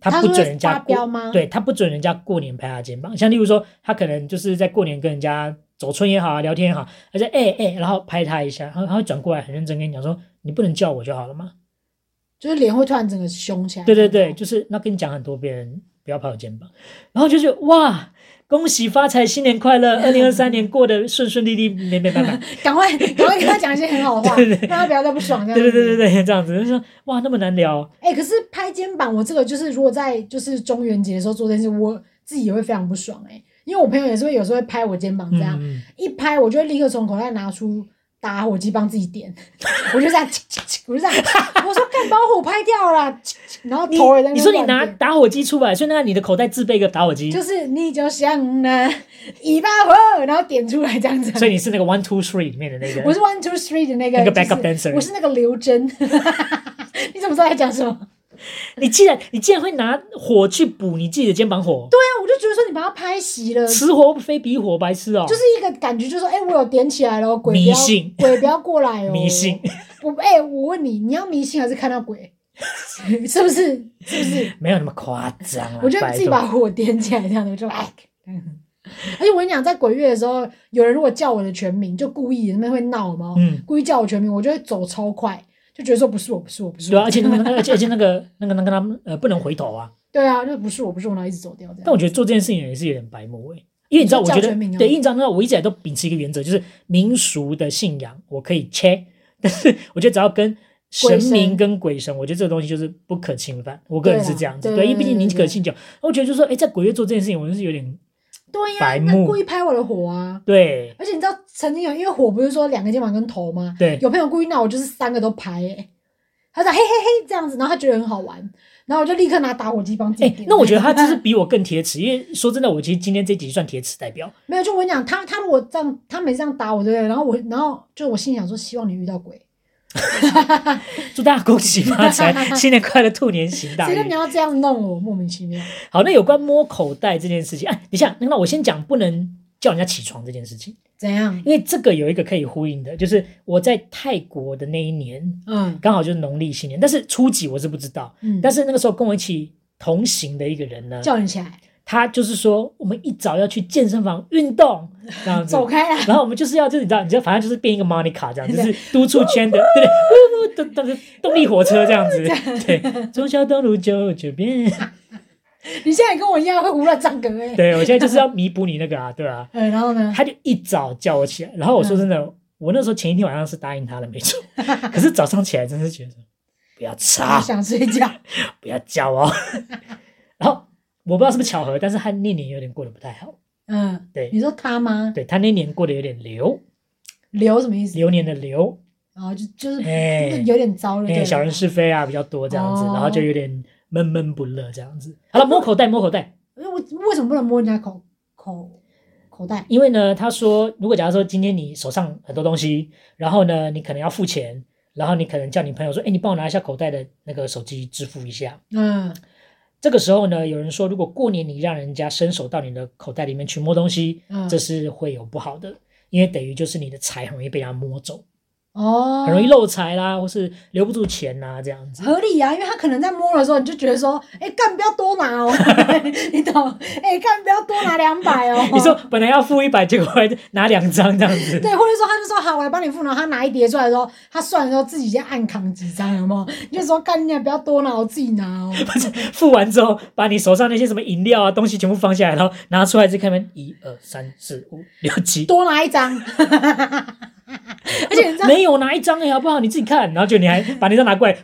S2: 他
S1: 不
S2: 是
S1: 准
S2: 会
S1: 人
S2: 发
S1: 家
S2: 飙
S1: 过
S2: 吗
S1: 对他不准人家过年拍他肩膀，像例如说他可能就是在过年跟人家走春也好啊，聊天也好，他说哎哎，然后拍他一下，然后他会转过来很认真跟你讲说，你不能叫我就好了吗？
S2: 就是脸会突然整个凶起来。
S1: 对对对，，就是那跟你讲很多遍，不要拍我肩膀，然后就觉得哇，恭喜发财，新年快乐，二零二三年过得顺顺利利，没没办 法。
S2: 赶快赶快跟他讲一些很好的 话，
S1: 对对对
S2: 让他不要再不爽这样。
S1: 对对对对。对，这样子就说哇，那么难聊，
S2: 哎、可是拍肩膀，我这个就是如果在就是中元节的时候做这件事，我自己也会非常不爽哎、因为我朋友也是会有时候会拍我肩膀这样，
S1: 嗯，
S2: 一拍我就会立刻从口袋拿出。打火机帮自 己点，我就这样，我就这样，我说干把火拍掉了，然后
S1: 你
S2: 头也在那边
S1: 你说你
S2: 乱
S1: 拿
S2: 点
S1: 打火机出来，所以那你的口袋自备一个打火机，
S2: 就是你就像那一把火，然后点出来这样子。
S1: 所以你是那个 one two three 里面的那个，
S2: 我是 one two three 的那个
S1: 那个
S2: 就是
S1: backup dancer
S2: 我是那个刘真。 你怎么知道在讲什么？对
S1: 你既然你既然会拿火去补你自己的肩膀火，对，
S2: 啊，我就觉得说你把它拍熄了，
S1: 此火非彼火，白痴哦、
S2: 就是一个感觉，就是说，哎、我有点起来了，鬼不
S1: 迷
S2: 要
S1: 信
S2: 鬼不要过来哦。
S1: 迷信。
S2: 我哎、我问你，你要迷信还是看到鬼？ 是 不是？是不是？
S1: 没有那么夸张啊。
S2: 我觉得
S1: 拜
S2: 自己
S1: 托
S2: 把火点起来，这样子我就哎。 嗯而且我跟你讲，在鬼月的时候，有人如果叫我的全名，就故意那边会闹嘛，哦
S1: 嗯，
S2: 故意叫我全名，我就会走超快，就觉得说不是我，不是我，不是
S1: 对
S2: 我。
S1: 啊，而且那个而且而且 那个那个那个他们呃不能回头啊。
S2: 对啊，就不是我，不是我，然后一直走掉这
S1: 但
S2: 样。
S1: 我觉得做这件事情也是有点白目哎、因为你知道，
S2: 你
S1: 我
S2: 说
S1: 觉
S2: 叫
S1: 得
S2: 全名啊
S1: 对，因为你知道，那我一直以来都秉持一个原则，就是民俗的信仰我可以切， 但是我觉得只要跟神明跟鬼神，我觉得这个东西就是不可侵犯。我个人是这样子，
S2: 对啊
S1: 对，
S2: 对
S1: 因为毕竟
S2: 对
S1: 宁
S2: 对
S1: 可信教。我觉得就是说，哎，在鬼月做这件事情，我就是有点
S2: 对呀、
S1: 白
S2: 那
S1: 目
S2: 故意拍我的火啊！
S1: 对
S2: 而且你知道，曾经有因为火不是说两个肩膀跟头吗？
S1: 对
S2: 有朋友故意闹我，就是三个都拍、欸，他说嘿嘿嘿这样子，然后他觉得很好玩。然后我就立刻拿打火机帮自
S1: 哎、
S2: 己点。
S1: 那我觉得他就是比我更铁齿，因为说真的，我其实今天这集算铁齿代表。
S2: 没有，就我跟你讲，他他如果这样，他每次这样打我，对不对？然后我，然后就我心里想说，希望你遇到鬼，
S1: 祝大家恭喜发 财，新年快乐，兔年行大
S2: 谁让你
S1: 运。
S2: 要这样弄我，莫名其妙。
S1: 好，那有关摸口袋这件事情，哎、等一下，那我先讲不能叫人家起床这件事情，
S2: 怎 样？
S1: 因为这个有一个可以呼应的，就是我在泰国的那一年，
S2: 嗯
S1: 刚好就是农历新年，但是初几我是不知道，
S2: 嗯，
S1: 但
S2: 是
S1: 是那个时候跟我一起同行的一个人呢，
S2: 嗯叫你起来，
S1: 他就是说我们一早要去健身房运动，这 样子。
S2: 走开啊！
S1: 然后我们就是要就是你知道，你知道，反正就是变一个 Monica 这样，就
S2: 对
S1: 是督促圈的，对对，呜呜，动动动力火车这样子，对，中小东路九九变，
S2: 你现在也跟我一样会胡乱唱歌哎、
S1: 对我现在就是要弥补你那个啊，对啊，
S2: 嗯，然后呢？
S1: 他就一早叫我起来，然后我说真的，我那时候前一天晚上是答应他的没错，可是早上起来真是觉得不要
S2: 我
S1: 吵，
S2: 想睡 觉。
S1: 不要叫哦， 然后我不知道是不是巧合，但是他那年有点过得不太好，
S2: 嗯，
S1: 对
S2: 你说他吗？
S1: 对他那年过得有点流，
S2: 留什么意思？
S1: 流年的流，
S2: 然后就就是
S1: 哎
S2: 就是有点糟了，
S1: 哎、
S2: 对
S1: 小人是非啊比较多这样子，
S2: 哦
S1: 然后就有点闷闷不乐这样子。好了，摸口袋，摸口袋，
S2: 我为什么不能摸人家口口口袋？
S1: 因为呢，他说，如果假如说今天你手上很多东西，然后呢，你可能要付钱，然后你可能叫你朋友说，哎、你帮我拿一下口袋的那个手机支付一下。
S2: 嗯，
S1: 这个时候呢，有人说，如果过年你让人家伸手到你的口袋里面去摸东西，
S2: 嗯
S1: 这是会有不好的，因为等于就是你的财很容易被他摸走，
S2: 哦，
S1: 很容易漏财啦，或是留不住钱啦这样子。
S2: 合理啊，因为他可能在摸的时候，你就觉得说，哎、干不要多拿 哦，你懂？哎、干不要多拿两百哦。
S1: 你说本来要付一百，结果还拿两张这样子。
S2: 对，或者说他就说好，我来帮你付，然后他拿一叠出来的时候，他算的时候自己先暗扛几张，有没有？你就说干你俩不要多拿，我自己拿哦。
S1: 付完之后，把你手上那些什么饮料啊、东西全部放下来，然后拿出来再看看，一二三四五六七，
S2: 多拿一张，而且你知道，
S1: 没有拿一张哎、好不好？你自己看，然后就你还把那张拿 过来，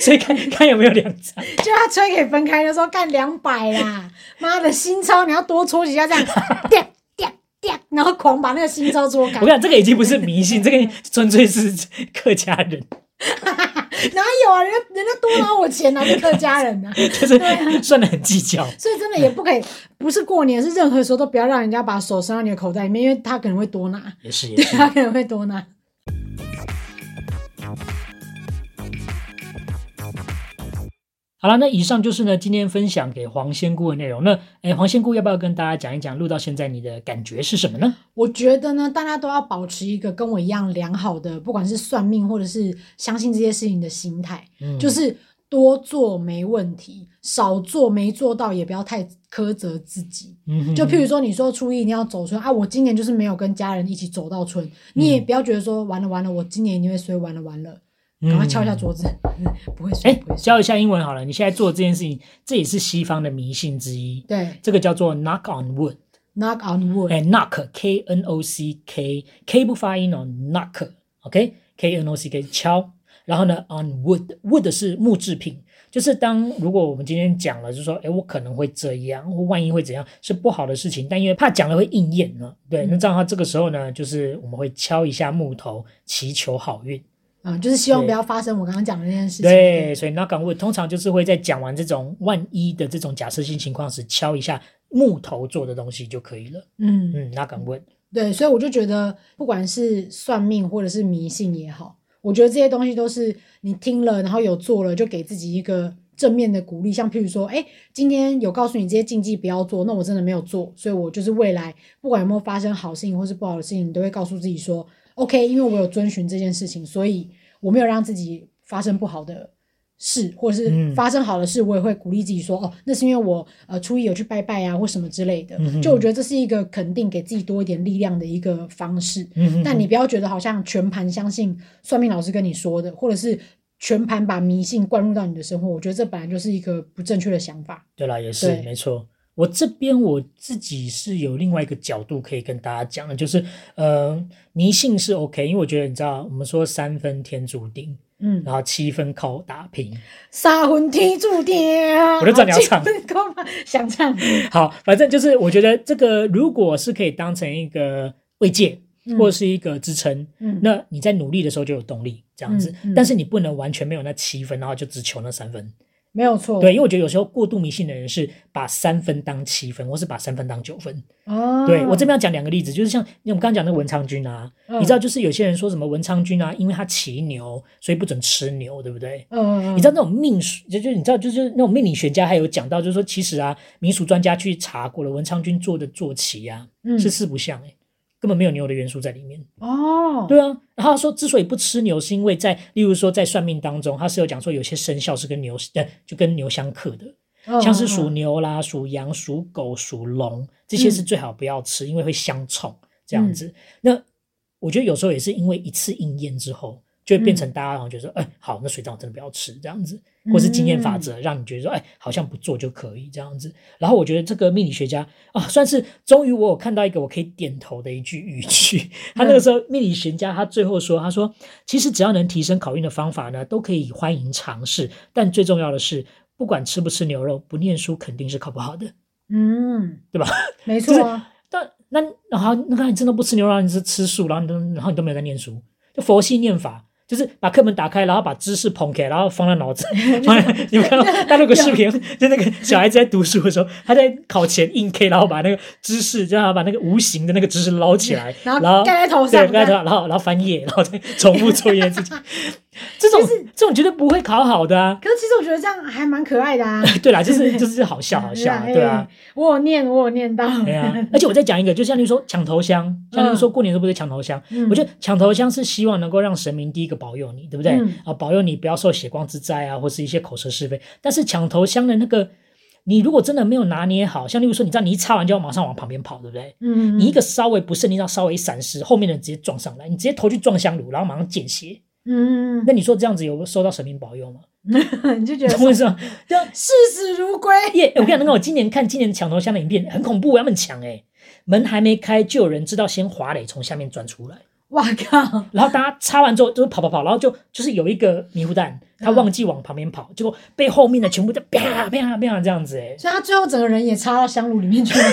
S1: 所以看看有没有两张。
S2: 就他吹给分开的时候干两百啦，妈的新钞你要多搓几下这样， 掉掉掉，然后狂把那个新钞搓干
S1: 我跟你，讲，这个已经不是迷信，这个纯粹是客家人，
S2: 哪有啊？人家人家多拿我钱啊，是客家人啊。
S1: 就是算的很计较。
S2: 所以真的也不可以，不是过年，是任何时候都不要让人家把手伸到你的口袋里面，因为他可能会多拿，
S1: 也是也
S2: 对
S1: 是。
S2: 他可能会多拿。
S1: 好了，那以上就是呢今天分享给黄仙姑的内容。那哎，黄仙姑要不要跟大家讲一讲，录到现在你的感觉是什么呢？
S2: 我觉得呢，大家都要保持一个跟我一样良好的，不管是算命或者是相信这些事情的心态，
S1: 嗯
S2: 就是多做没问题，少做没做到也不要太苛责自己。
S1: 嗯哼
S2: 就譬如说，你说初一一定要走春啊，我今年就是没有跟家人一起走到春，你
S1: 嗯
S2: 也不要觉得说完了完了，我今年一定会衰，完了完了，
S1: 嗯
S2: 赶快敲一下桌子， 不会衰，
S1: 哎
S2: 不会，衰。
S1: 教一下英文好了。你现在做这件事情，这也是西方的迷信之一。
S2: 对
S1: 这个叫做 knock on wood，
S2: ，knock on wood，
S1: 哎，knock k n o c k k 不发音哦，knock，OK k n o c k 敲，然后呢 on wood wood 是木制品，就是当如果我们今天讲了，就说哎我可能会这样，或万一会怎样，是不好的事情，但因为怕讲了会应验了，对，那这样的话这个时候呢，就是我们会敲一下木头，祈求好运。
S2: 嗯，就是希望
S1: 对
S2: 不要发生我刚刚讲的那件事情。
S1: 对，所以 knock on wood 通常就是会在讲完这种万一的这种假设性情况时，敲一下木头做的东西就可以了。
S2: 嗯，
S1: 嗯，knock on wood，
S2: 对，所以我就觉得，不管是算命或者是迷信也好，我觉得这些东西都是你听了，然后有做了，就给自己一个正面的鼓励。像譬如说，哎，今天有告诉你这些禁忌不要做，那我真的没有做，所以我就是未来不管有没有发生好事情或是不好的事情，你都会告诉自己说，OK，因为我有遵循这件事情，所以我没有让自己发生不好的事，或者
S1: 嗯
S2: 是发生好的事，我也会鼓励自己说，哦，那是因为我呃初一有去拜拜啊，或什么之类的。
S1: 嗯哼
S2: 就我觉得这是一个肯定给自己多一点力量的一个方式。
S1: 嗯哼
S2: 但你不要觉得好像全盘相信算命老师跟你说的，或者是全盘把迷信灌入到你的生活，我觉得这本来就是一个不正确的想法。
S1: 对啦，也是
S2: 对
S1: 没错。我这边我自己是有另外一个角度可以跟大家讲的，就是呃，迷信是 OK，因为我觉得你知道，我们说三分天注定，
S2: 嗯，
S1: 然后七分靠打拼。
S2: 杀魂天注定啊！
S1: 我就知道你要唱嗯
S2: 啊进宫吧 想唱。
S1: 好，反正就是我觉得这个如果是可以当成一个慰藉，
S2: 嗯
S1: 或者是一个支撑，
S2: 嗯
S1: 那你在努力的时候就有动力，这样子。
S2: 嗯嗯
S1: 但是你不能完全没有那七分，然后就只求那三分。
S2: 没有错，
S1: 对，因为我觉得有时候过度迷信的人是把三分当七分，或是把三分当九分。
S2: 哦，
S1: 对我这边要讲两个例子，就是像我们刚刚讲的文昌君啊，
S2: 嗯
S1: 你知道，就是有些人说什么文昌君啊，因为他骑牛，所以不准吃牛，对不对？
S2: 嗯，嗯，
S1: 你知道那种命数，就就你知道，就是那种命理学家还有讲到，就是说其实啊，民俗专家去查过了，文昌君做的坐骑啊，
S2: 嗯
S1: 是四不像哎、根本没有牛的元素在里面。
S2: 哦，
S1: 对啊，然后他说之所以不吃牛，是因为在例如说在算命当中，他是有讲说有些生肖是跟牛呃就跟牛相克的，
S2: 嗯，
S1: 像是属
S2: 嗯
S1: 牛啦、属羊、属狗、属龙，这些是最好不要吃，因为会相冲这样子。那我觉得有时候也是因为一次应验之后，就会变成大家好像觉得说，哎、好，那水藻真的不要吃这样子，或是经验
S2: 嗯
S1: 法则，让你觉得说，哎，好像不做就可以这样子。然后我觉得这个命理学家啊，算是终于我有看到一个我可以点头的一句语句。他那个时候命理学家他最后说，他说其实只要能提升考运的方法呢，都可以欢迎尝试，但最重要的是。不管吃不吃牛肉，不念书肯定是考不好的。
S2: 嗯，
S1: 对吧？
S2: 没错啊，
S1: 但那然后那个你真的不吃牛肉，你是吃素，然后你都然后你都没有在念书，就佛系念法，就是把课本打开，然后把知识捧开，然后放在脑 子。放在你们看到他那个视频，就那个小孩子在读书的时候，他在考前硬 K，然后把那个知识，就让他把那个无形的那个知识捞起来，
S2: 然
S1: 然
S2: 后
S1: 后
S2: 盖在头
S1: 对，
S2: 上
S1: 盖在头上，然后然后翻页，然后再重复做一件 事情。这种这种绝对不会考好的啊！
S2: 可是其实我觉得这样还蛮可爱 的啊，
S1: 对啦，就是就是好笑好笑啊，对啊。
S2: 哎，我有念，我有念到，
S1: 对啊，而且我再讲一个，就像你说抢头香，像你说过年是不是抢头香？
S2: 嗯
S1: 我觉得抢头香是希望能够让神明第一个保佑你，对不对？
S2: 嗯
S1: 啊，保佑你不要受血光之灾啊，或是一些口舌是非。但是抢头香的那个，你如果真的没有拿捏好，像例如说，你知道你一插完就要马上往旁边跑，对不对？
S2: 嗯，
S1: 你一个稍微不慎，你要稍微一闪失，后面的人直接撞上来，你直接头去撞香炉，然后马上见血。
S2: 嗯，
S1: 那你说这样子有受到神明保佑吗？
S2: 嗯， 你就觉得
S1: 我跟你说，就
S2: 视死如归，
S1: 耶、我跟你讲，那个我今年看今年抢头香的影片很恐怖，他们抢哎、门还没开就有人知道先滑垒从下面钻出来，
S2: 哇靠，
S1: 然后大家插完之后就是跑跑跑，然后就就是有一个迷糊蛋，他忘记往旁边跑，结果被后面的全部在啪啪啪这样子哎、
S2: 所以他最后整个人也插到香炉里面去了，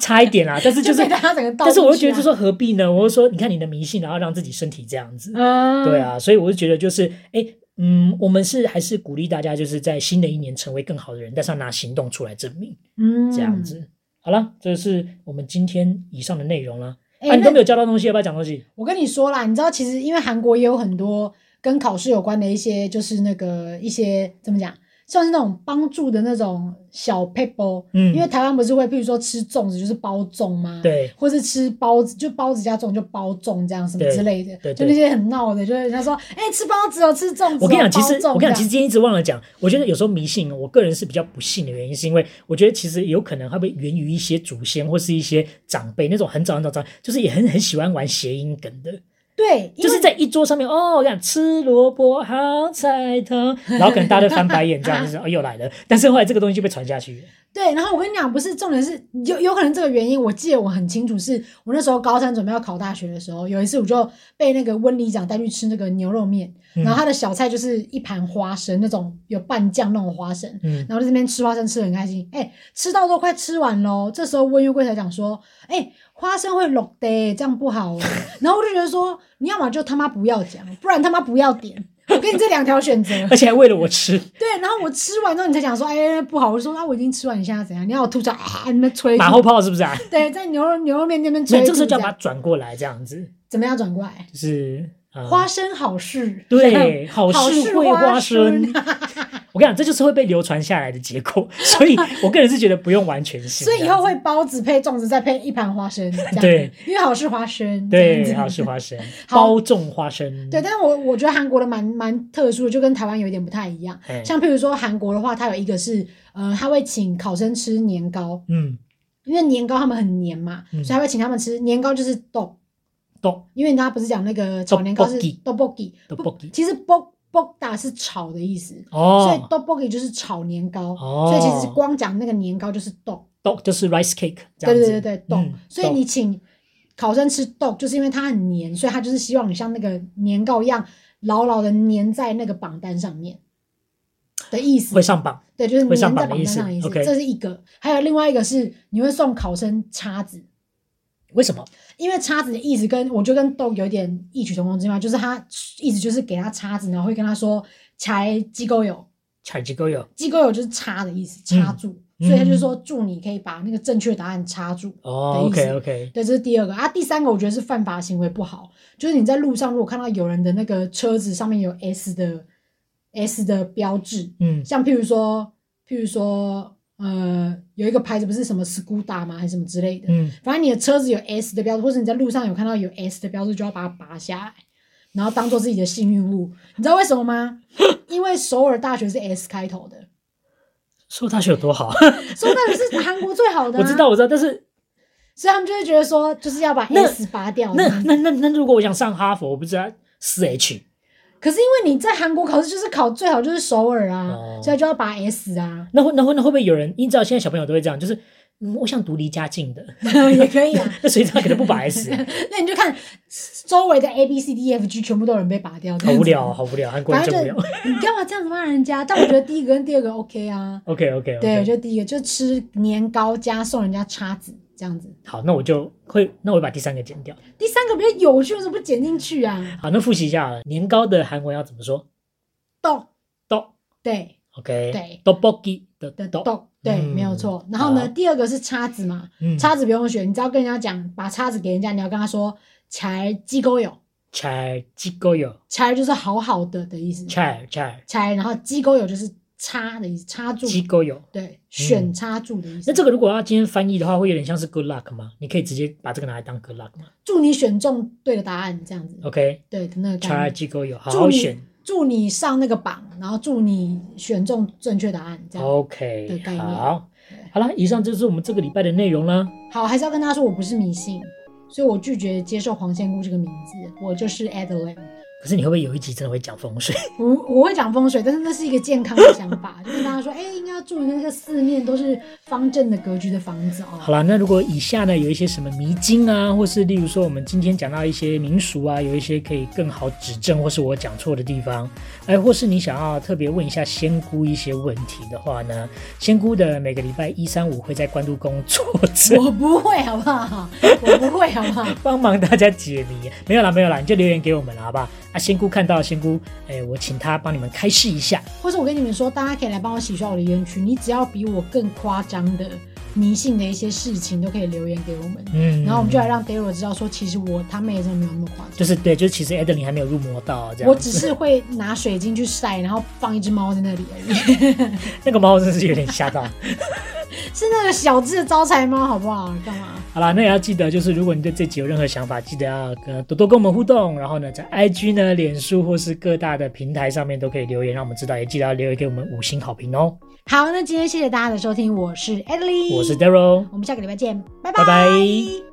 S1: 差一点啦，但是 就是
S2: 被，他整个倒进去啊，
S1: 但是我又觉得就说何必呢？我就说你看你的迷信，然后让自己身体这样子，
S2: 嗯，
S1: 对，啊，所以我就觉得就是哎。嗯，我们是还是鼓励大家，就是在新的一年成为更好的人，但是要拿行动出来证明。
S2: 嗯，
S1: 这样子。好了，这是我们今天以上的内容了。
S2: 哎。
S1: 啊，你
S2: 那
S1: 都没有教到东西，要不要讲东西？
S2: 我跟你说啦，你知道其实因为韩国也有很多跟考试有关的一些，就是那个一些怎么讲，算是那种帮助的那种小 paper。
S1: 嗯
S2: 因为台湾不是会，譬如说吃粽子就是包粽吗？。
S1: 对，
S2: 或是吃包子，就包子加粽就包粽这样什么
S1: 对
S2: 之类的，
S1: 对对
S2: 就那些很闹的，就是人家说，哎、吃包子哦，吃粽子哦、
S1: 我跟你讲，其
S2: 包
S1: 实
S2: 粽
S1: 我跟你讲，其实
S2: 这
S1: 今
S2: 样
S1: 天一直忘了讲。我觉得有时候迷信，我个人是比较不信的原因，是因为我觉得其实有可能它会源于一些祖先或是一些长辈那种很早很早长，就是也很很喜欢玩谐音梗的，
S2: 对，因
S1: 就
S2: 为
S1: 是在一桌上面哦，我跟你讲吃萝卜好彩头，然后可能大家都翻白眼这样，就是 哦又来了。但是后来这个东西就被传下去了。
S2: 对，然后我跟你讲，不是重点是有有可能这个原因，我记得我很清楚是，我那时候高三准备要考大学的时候，有一次我就被那个温里长带去吃那个牛肉面，然后他的小菜就是一盘花生，那种有拌酱那种花生，
S1: 嗯，
S2: 然后在这边吃花生吃的很开心，哎、吃到都快吃完喽。这时候温玉贵才讲说，哎、花生会落的，这样不好哦。然后我就觉得说，你要么就他妈不要讲，不然他妈不要点，我给你这两条选择。
S1: 而且还为了我 吃，
S2: 对，然后我吃完之后你才讲说，哎、不好，我就说啊，我已经吃完，你现在怎样？你要我吐出来啊？你们吹
S1: 马后炮是不是啊？
S2: 对，在牛肉牛肉面那边
S1: 所
S2: 吹
S1: 以
S2: 吐
S1: 这个
S2: 这
S1: 时候
S2: 样，
S1: 就要把它转过来这样子。
S2: 怎么样转过来？
S1: 就是、呃、
S2: 花生好事，
S1: 对，好
S2: 好
S1: 事
S2: 事
S1: 会
S2: 花
S1: 花生。 我跟你讲，这就是会被流传下来的结 果，所以我个人是觉得不用完全信这
S2: 所
S1: 样
S2: 以
S1: 子。
S2: 以后会包子配粽子，再配一盘花生，这样
S1: 对，
S2: 因为好事花生，这
S1: 对
S2: 样
S1: 好
S2: 子
S1: 事花生，
S2: 好
S1: 包种花生，
S2: 对，但是我我觉得韩国的蛮蛮特殊的，就跟台湾有一点不太一样。
S1: 哎，
S2: 像譬如说韩国的话，它有一个是呃，他会请考生吃年糕，
S1: 嗯，
S2: 因为年糕他们很黏嘛，
S1: 嗯
S2: 所以他会请他们吃年糕就是豆，
S1: 懂
S2: 因为他不是讲那个炒年糕是
S1: Tteokbokki
S2: tteokbokki，
S1: Tteokbokki
S2: 不其实 bok bokda 是炒的意思，所以
S1: 哦，
S2: tteokbokki 就是炒年糕，
S1: 哦
S2: 所以其实光讲那个年糕就是豆，
S1: 懂就是 rice cake 这
S2: 对
S1: 样子，
S2: 对对对豆，
S1: 嗯
S2: 所以你
S1: 懂
S2: 请考生吃豆，就是因为它很黏，所以他就是希望你像那个年糕一样牢牢的粘在那个榜单上面的意思
S1: 会，上榜
S2: 对，就是
S1: 会
S2: 粘在
S1: 上
S2: 榜
S1: 榜的
S2: 单
S1: 意思
S2: 上的意思，
S1: OK
S2: 这是一个。还有另外一个是你会送考生叉子，
S1: 为什么？
S2: 因为叉子的意思跟我觉得跟 dog 有点异曲同工之妙，就是他意思就是给他叉子，然后会跟他说柴鸡沟油，
S1: 采集歌有
S2: 鸡沟油就是插的意思，插住，
S1: 嗯
S2: 所以他就说祝你可以把那个正确答案插住。
S1: 哦
S2: 的意思
S1: ，OK OK，
S2: 对，这是第二个啊。第三个我觉得是犯法行为不好，就是你在路上如果看到有人的那个车子上面有 S 的 S 的标志，
S1: 嗯
S2: 像譬如说，譬如说，呃，有一个牌子不是什么 Scuda 吗，还是什么之类的，
S1: 嗯，
S2: 反正你的车子有 S 的标志，或者你在路上有看到有 S 的标志，就要把它拔下来，然后当做自己的幸运物。你知道为什 么吗？因为首尔大学是 S 开头的，
S1: 说大学有多好，
S2: 首尔大学是韩国最好的、 啊
S1: 我知，道我知道，但是
S2: 所以他们就会觉得说，就是要把
S1: 那
S2: S 拔掉。
S1: 那那那那如果我想上哈佛，我不知道四 H
S2: 可是因为你在韩国考试就是考最好就是首尔啊，
S1: 哦
S2: 所以就要拔 S 啊，
S1: 那会那会那会不会有人？你知道现在小朋友都会这样，就是嗯，我想读离家近的，
S2: 也可以啊。
S1: 那所以他可能不把 S，
S2: 那你就看周围的 A B C D E F G 全部都有人被拔掉，这
S1: 好
S2: 样子
S1: 无聊哦，。好无聊，韩国人
S2: 反
S1: 真
S2: 正
S1: 无
S2: 就
S1: 聊。
S2: 你干嘛这样子骂人家？但我觉得第一个跟第二个 OK 啊。
S1: OK OK
S2: 对，
S1: OK，
S2: 就第一个就吃年糕加送人家叉子这样子。
S1: 好，那我就会那我把第三个剪掉。
S2: 第三个比较有趣，为什么不剪进去啊？
S1: 好，那复习一下了，年糕的韩文要怎么说？
S2: 豆
S1: 豆
S2: 对
S1: OK，
S2: 对
S1: 豆 b o g i 的
S2: 的
S1: 豆，
S2: 豆对，
S1: 嗯
S2: 没有错。然后呢，
S1: 好
S2: 第二个是叉子嘛，
S1: 嗯，
S2: 叉子不用学，你只要跟人家讲，把叉子给人家，你要跟他说柴鸡沟油，
S1: 柴鸡狗有
S2: 柴就是好好的的意思，
S1: 柴柴
S2: 柴，然后鸡沟油就是插的意思，插住，
S1: 鸡狗有。
S2: 对，选插住的意思。
S1: 那这个如果要今天翻译的话，会有点像是 good luck 吗？你可以直接把这个拿来当 good luck 吗
S2: 祝你选中对的答案，这样子，
S1: ？OK，
S2: 对的那个概
S1: 哦柴
S2: 念。
S1: 鸡狗有，好
S2: 祝
S1: 好
S2: 你
S1: 选。
S2: 祝你上那个榜，然后祝你选中正确答案，这样。的
S1: OK，
S2: 概念
S1: 好，好了，以上就是我们这个礼拜的内容啦。
S2: 好，还是要跟大家说，我不是迷信，所以我拒绝接受黄仙姑这个名字，我就是 Adeline。
S1: 可是你会不会有一集真的会讲 风水？
S2: 我我会讲风水，但是那是一个健康的想法， 就跟大家说，哎、应该要住那个四面都是方正的格局的房子哦。
S1: 好啦，那如果以下呢有一些什么迷津啊，或是例如说我们今天讲到一些民俗啊，有一些可以更好指正，或是我讲错的地方，哎，或是你想要特别问一下仙姑一些问题的话呢，仙姑的每个礼拜一、三、五会在关渡宫坐镇。
S2: 我不会，好不好？我不会，好不好？
S1: 帮忙大家解谜，没有啦，没有啦，你就留言给我们啦，好不好？啊，仙姑看到仙姑，哎、我请她帮你们开示一下。
S2: 或者我跟你们说，大家可以来帮我洗刷我的冤屈，你只要比我更夸张的迷信的一些事情，都可以留言给我们，
S1: 嗯，
S2: 然后我们就来让 Daryl 知道说，其实我他们也真的没有那么夸张。
S1: 就是对，就是其实 e d e l i n 还没有入魔道这样子。
S2: 我只是会拿水晶去晒，然后放一只猫在那里而已，
S1: 那个猫真是有点吓到。
S2: 是那个小只的招财猫，好不好？干嘛？
S1: 好啦，那也要记得，就是如果你对这集有任何想法，记得要跟多多跟我们互动。然后呢，在 IG 呢、脸书或是各大的平台上面都可以留言，让我们知道。也记得要留言给我们五星好评哦。
S2: 好，那今天谢谢大家的收听，我是 Adeline，
S1: 我是 Daryl，
S2: 我们下个礼拜见，拜
S1: 拜
S2: 拜
S1: 拜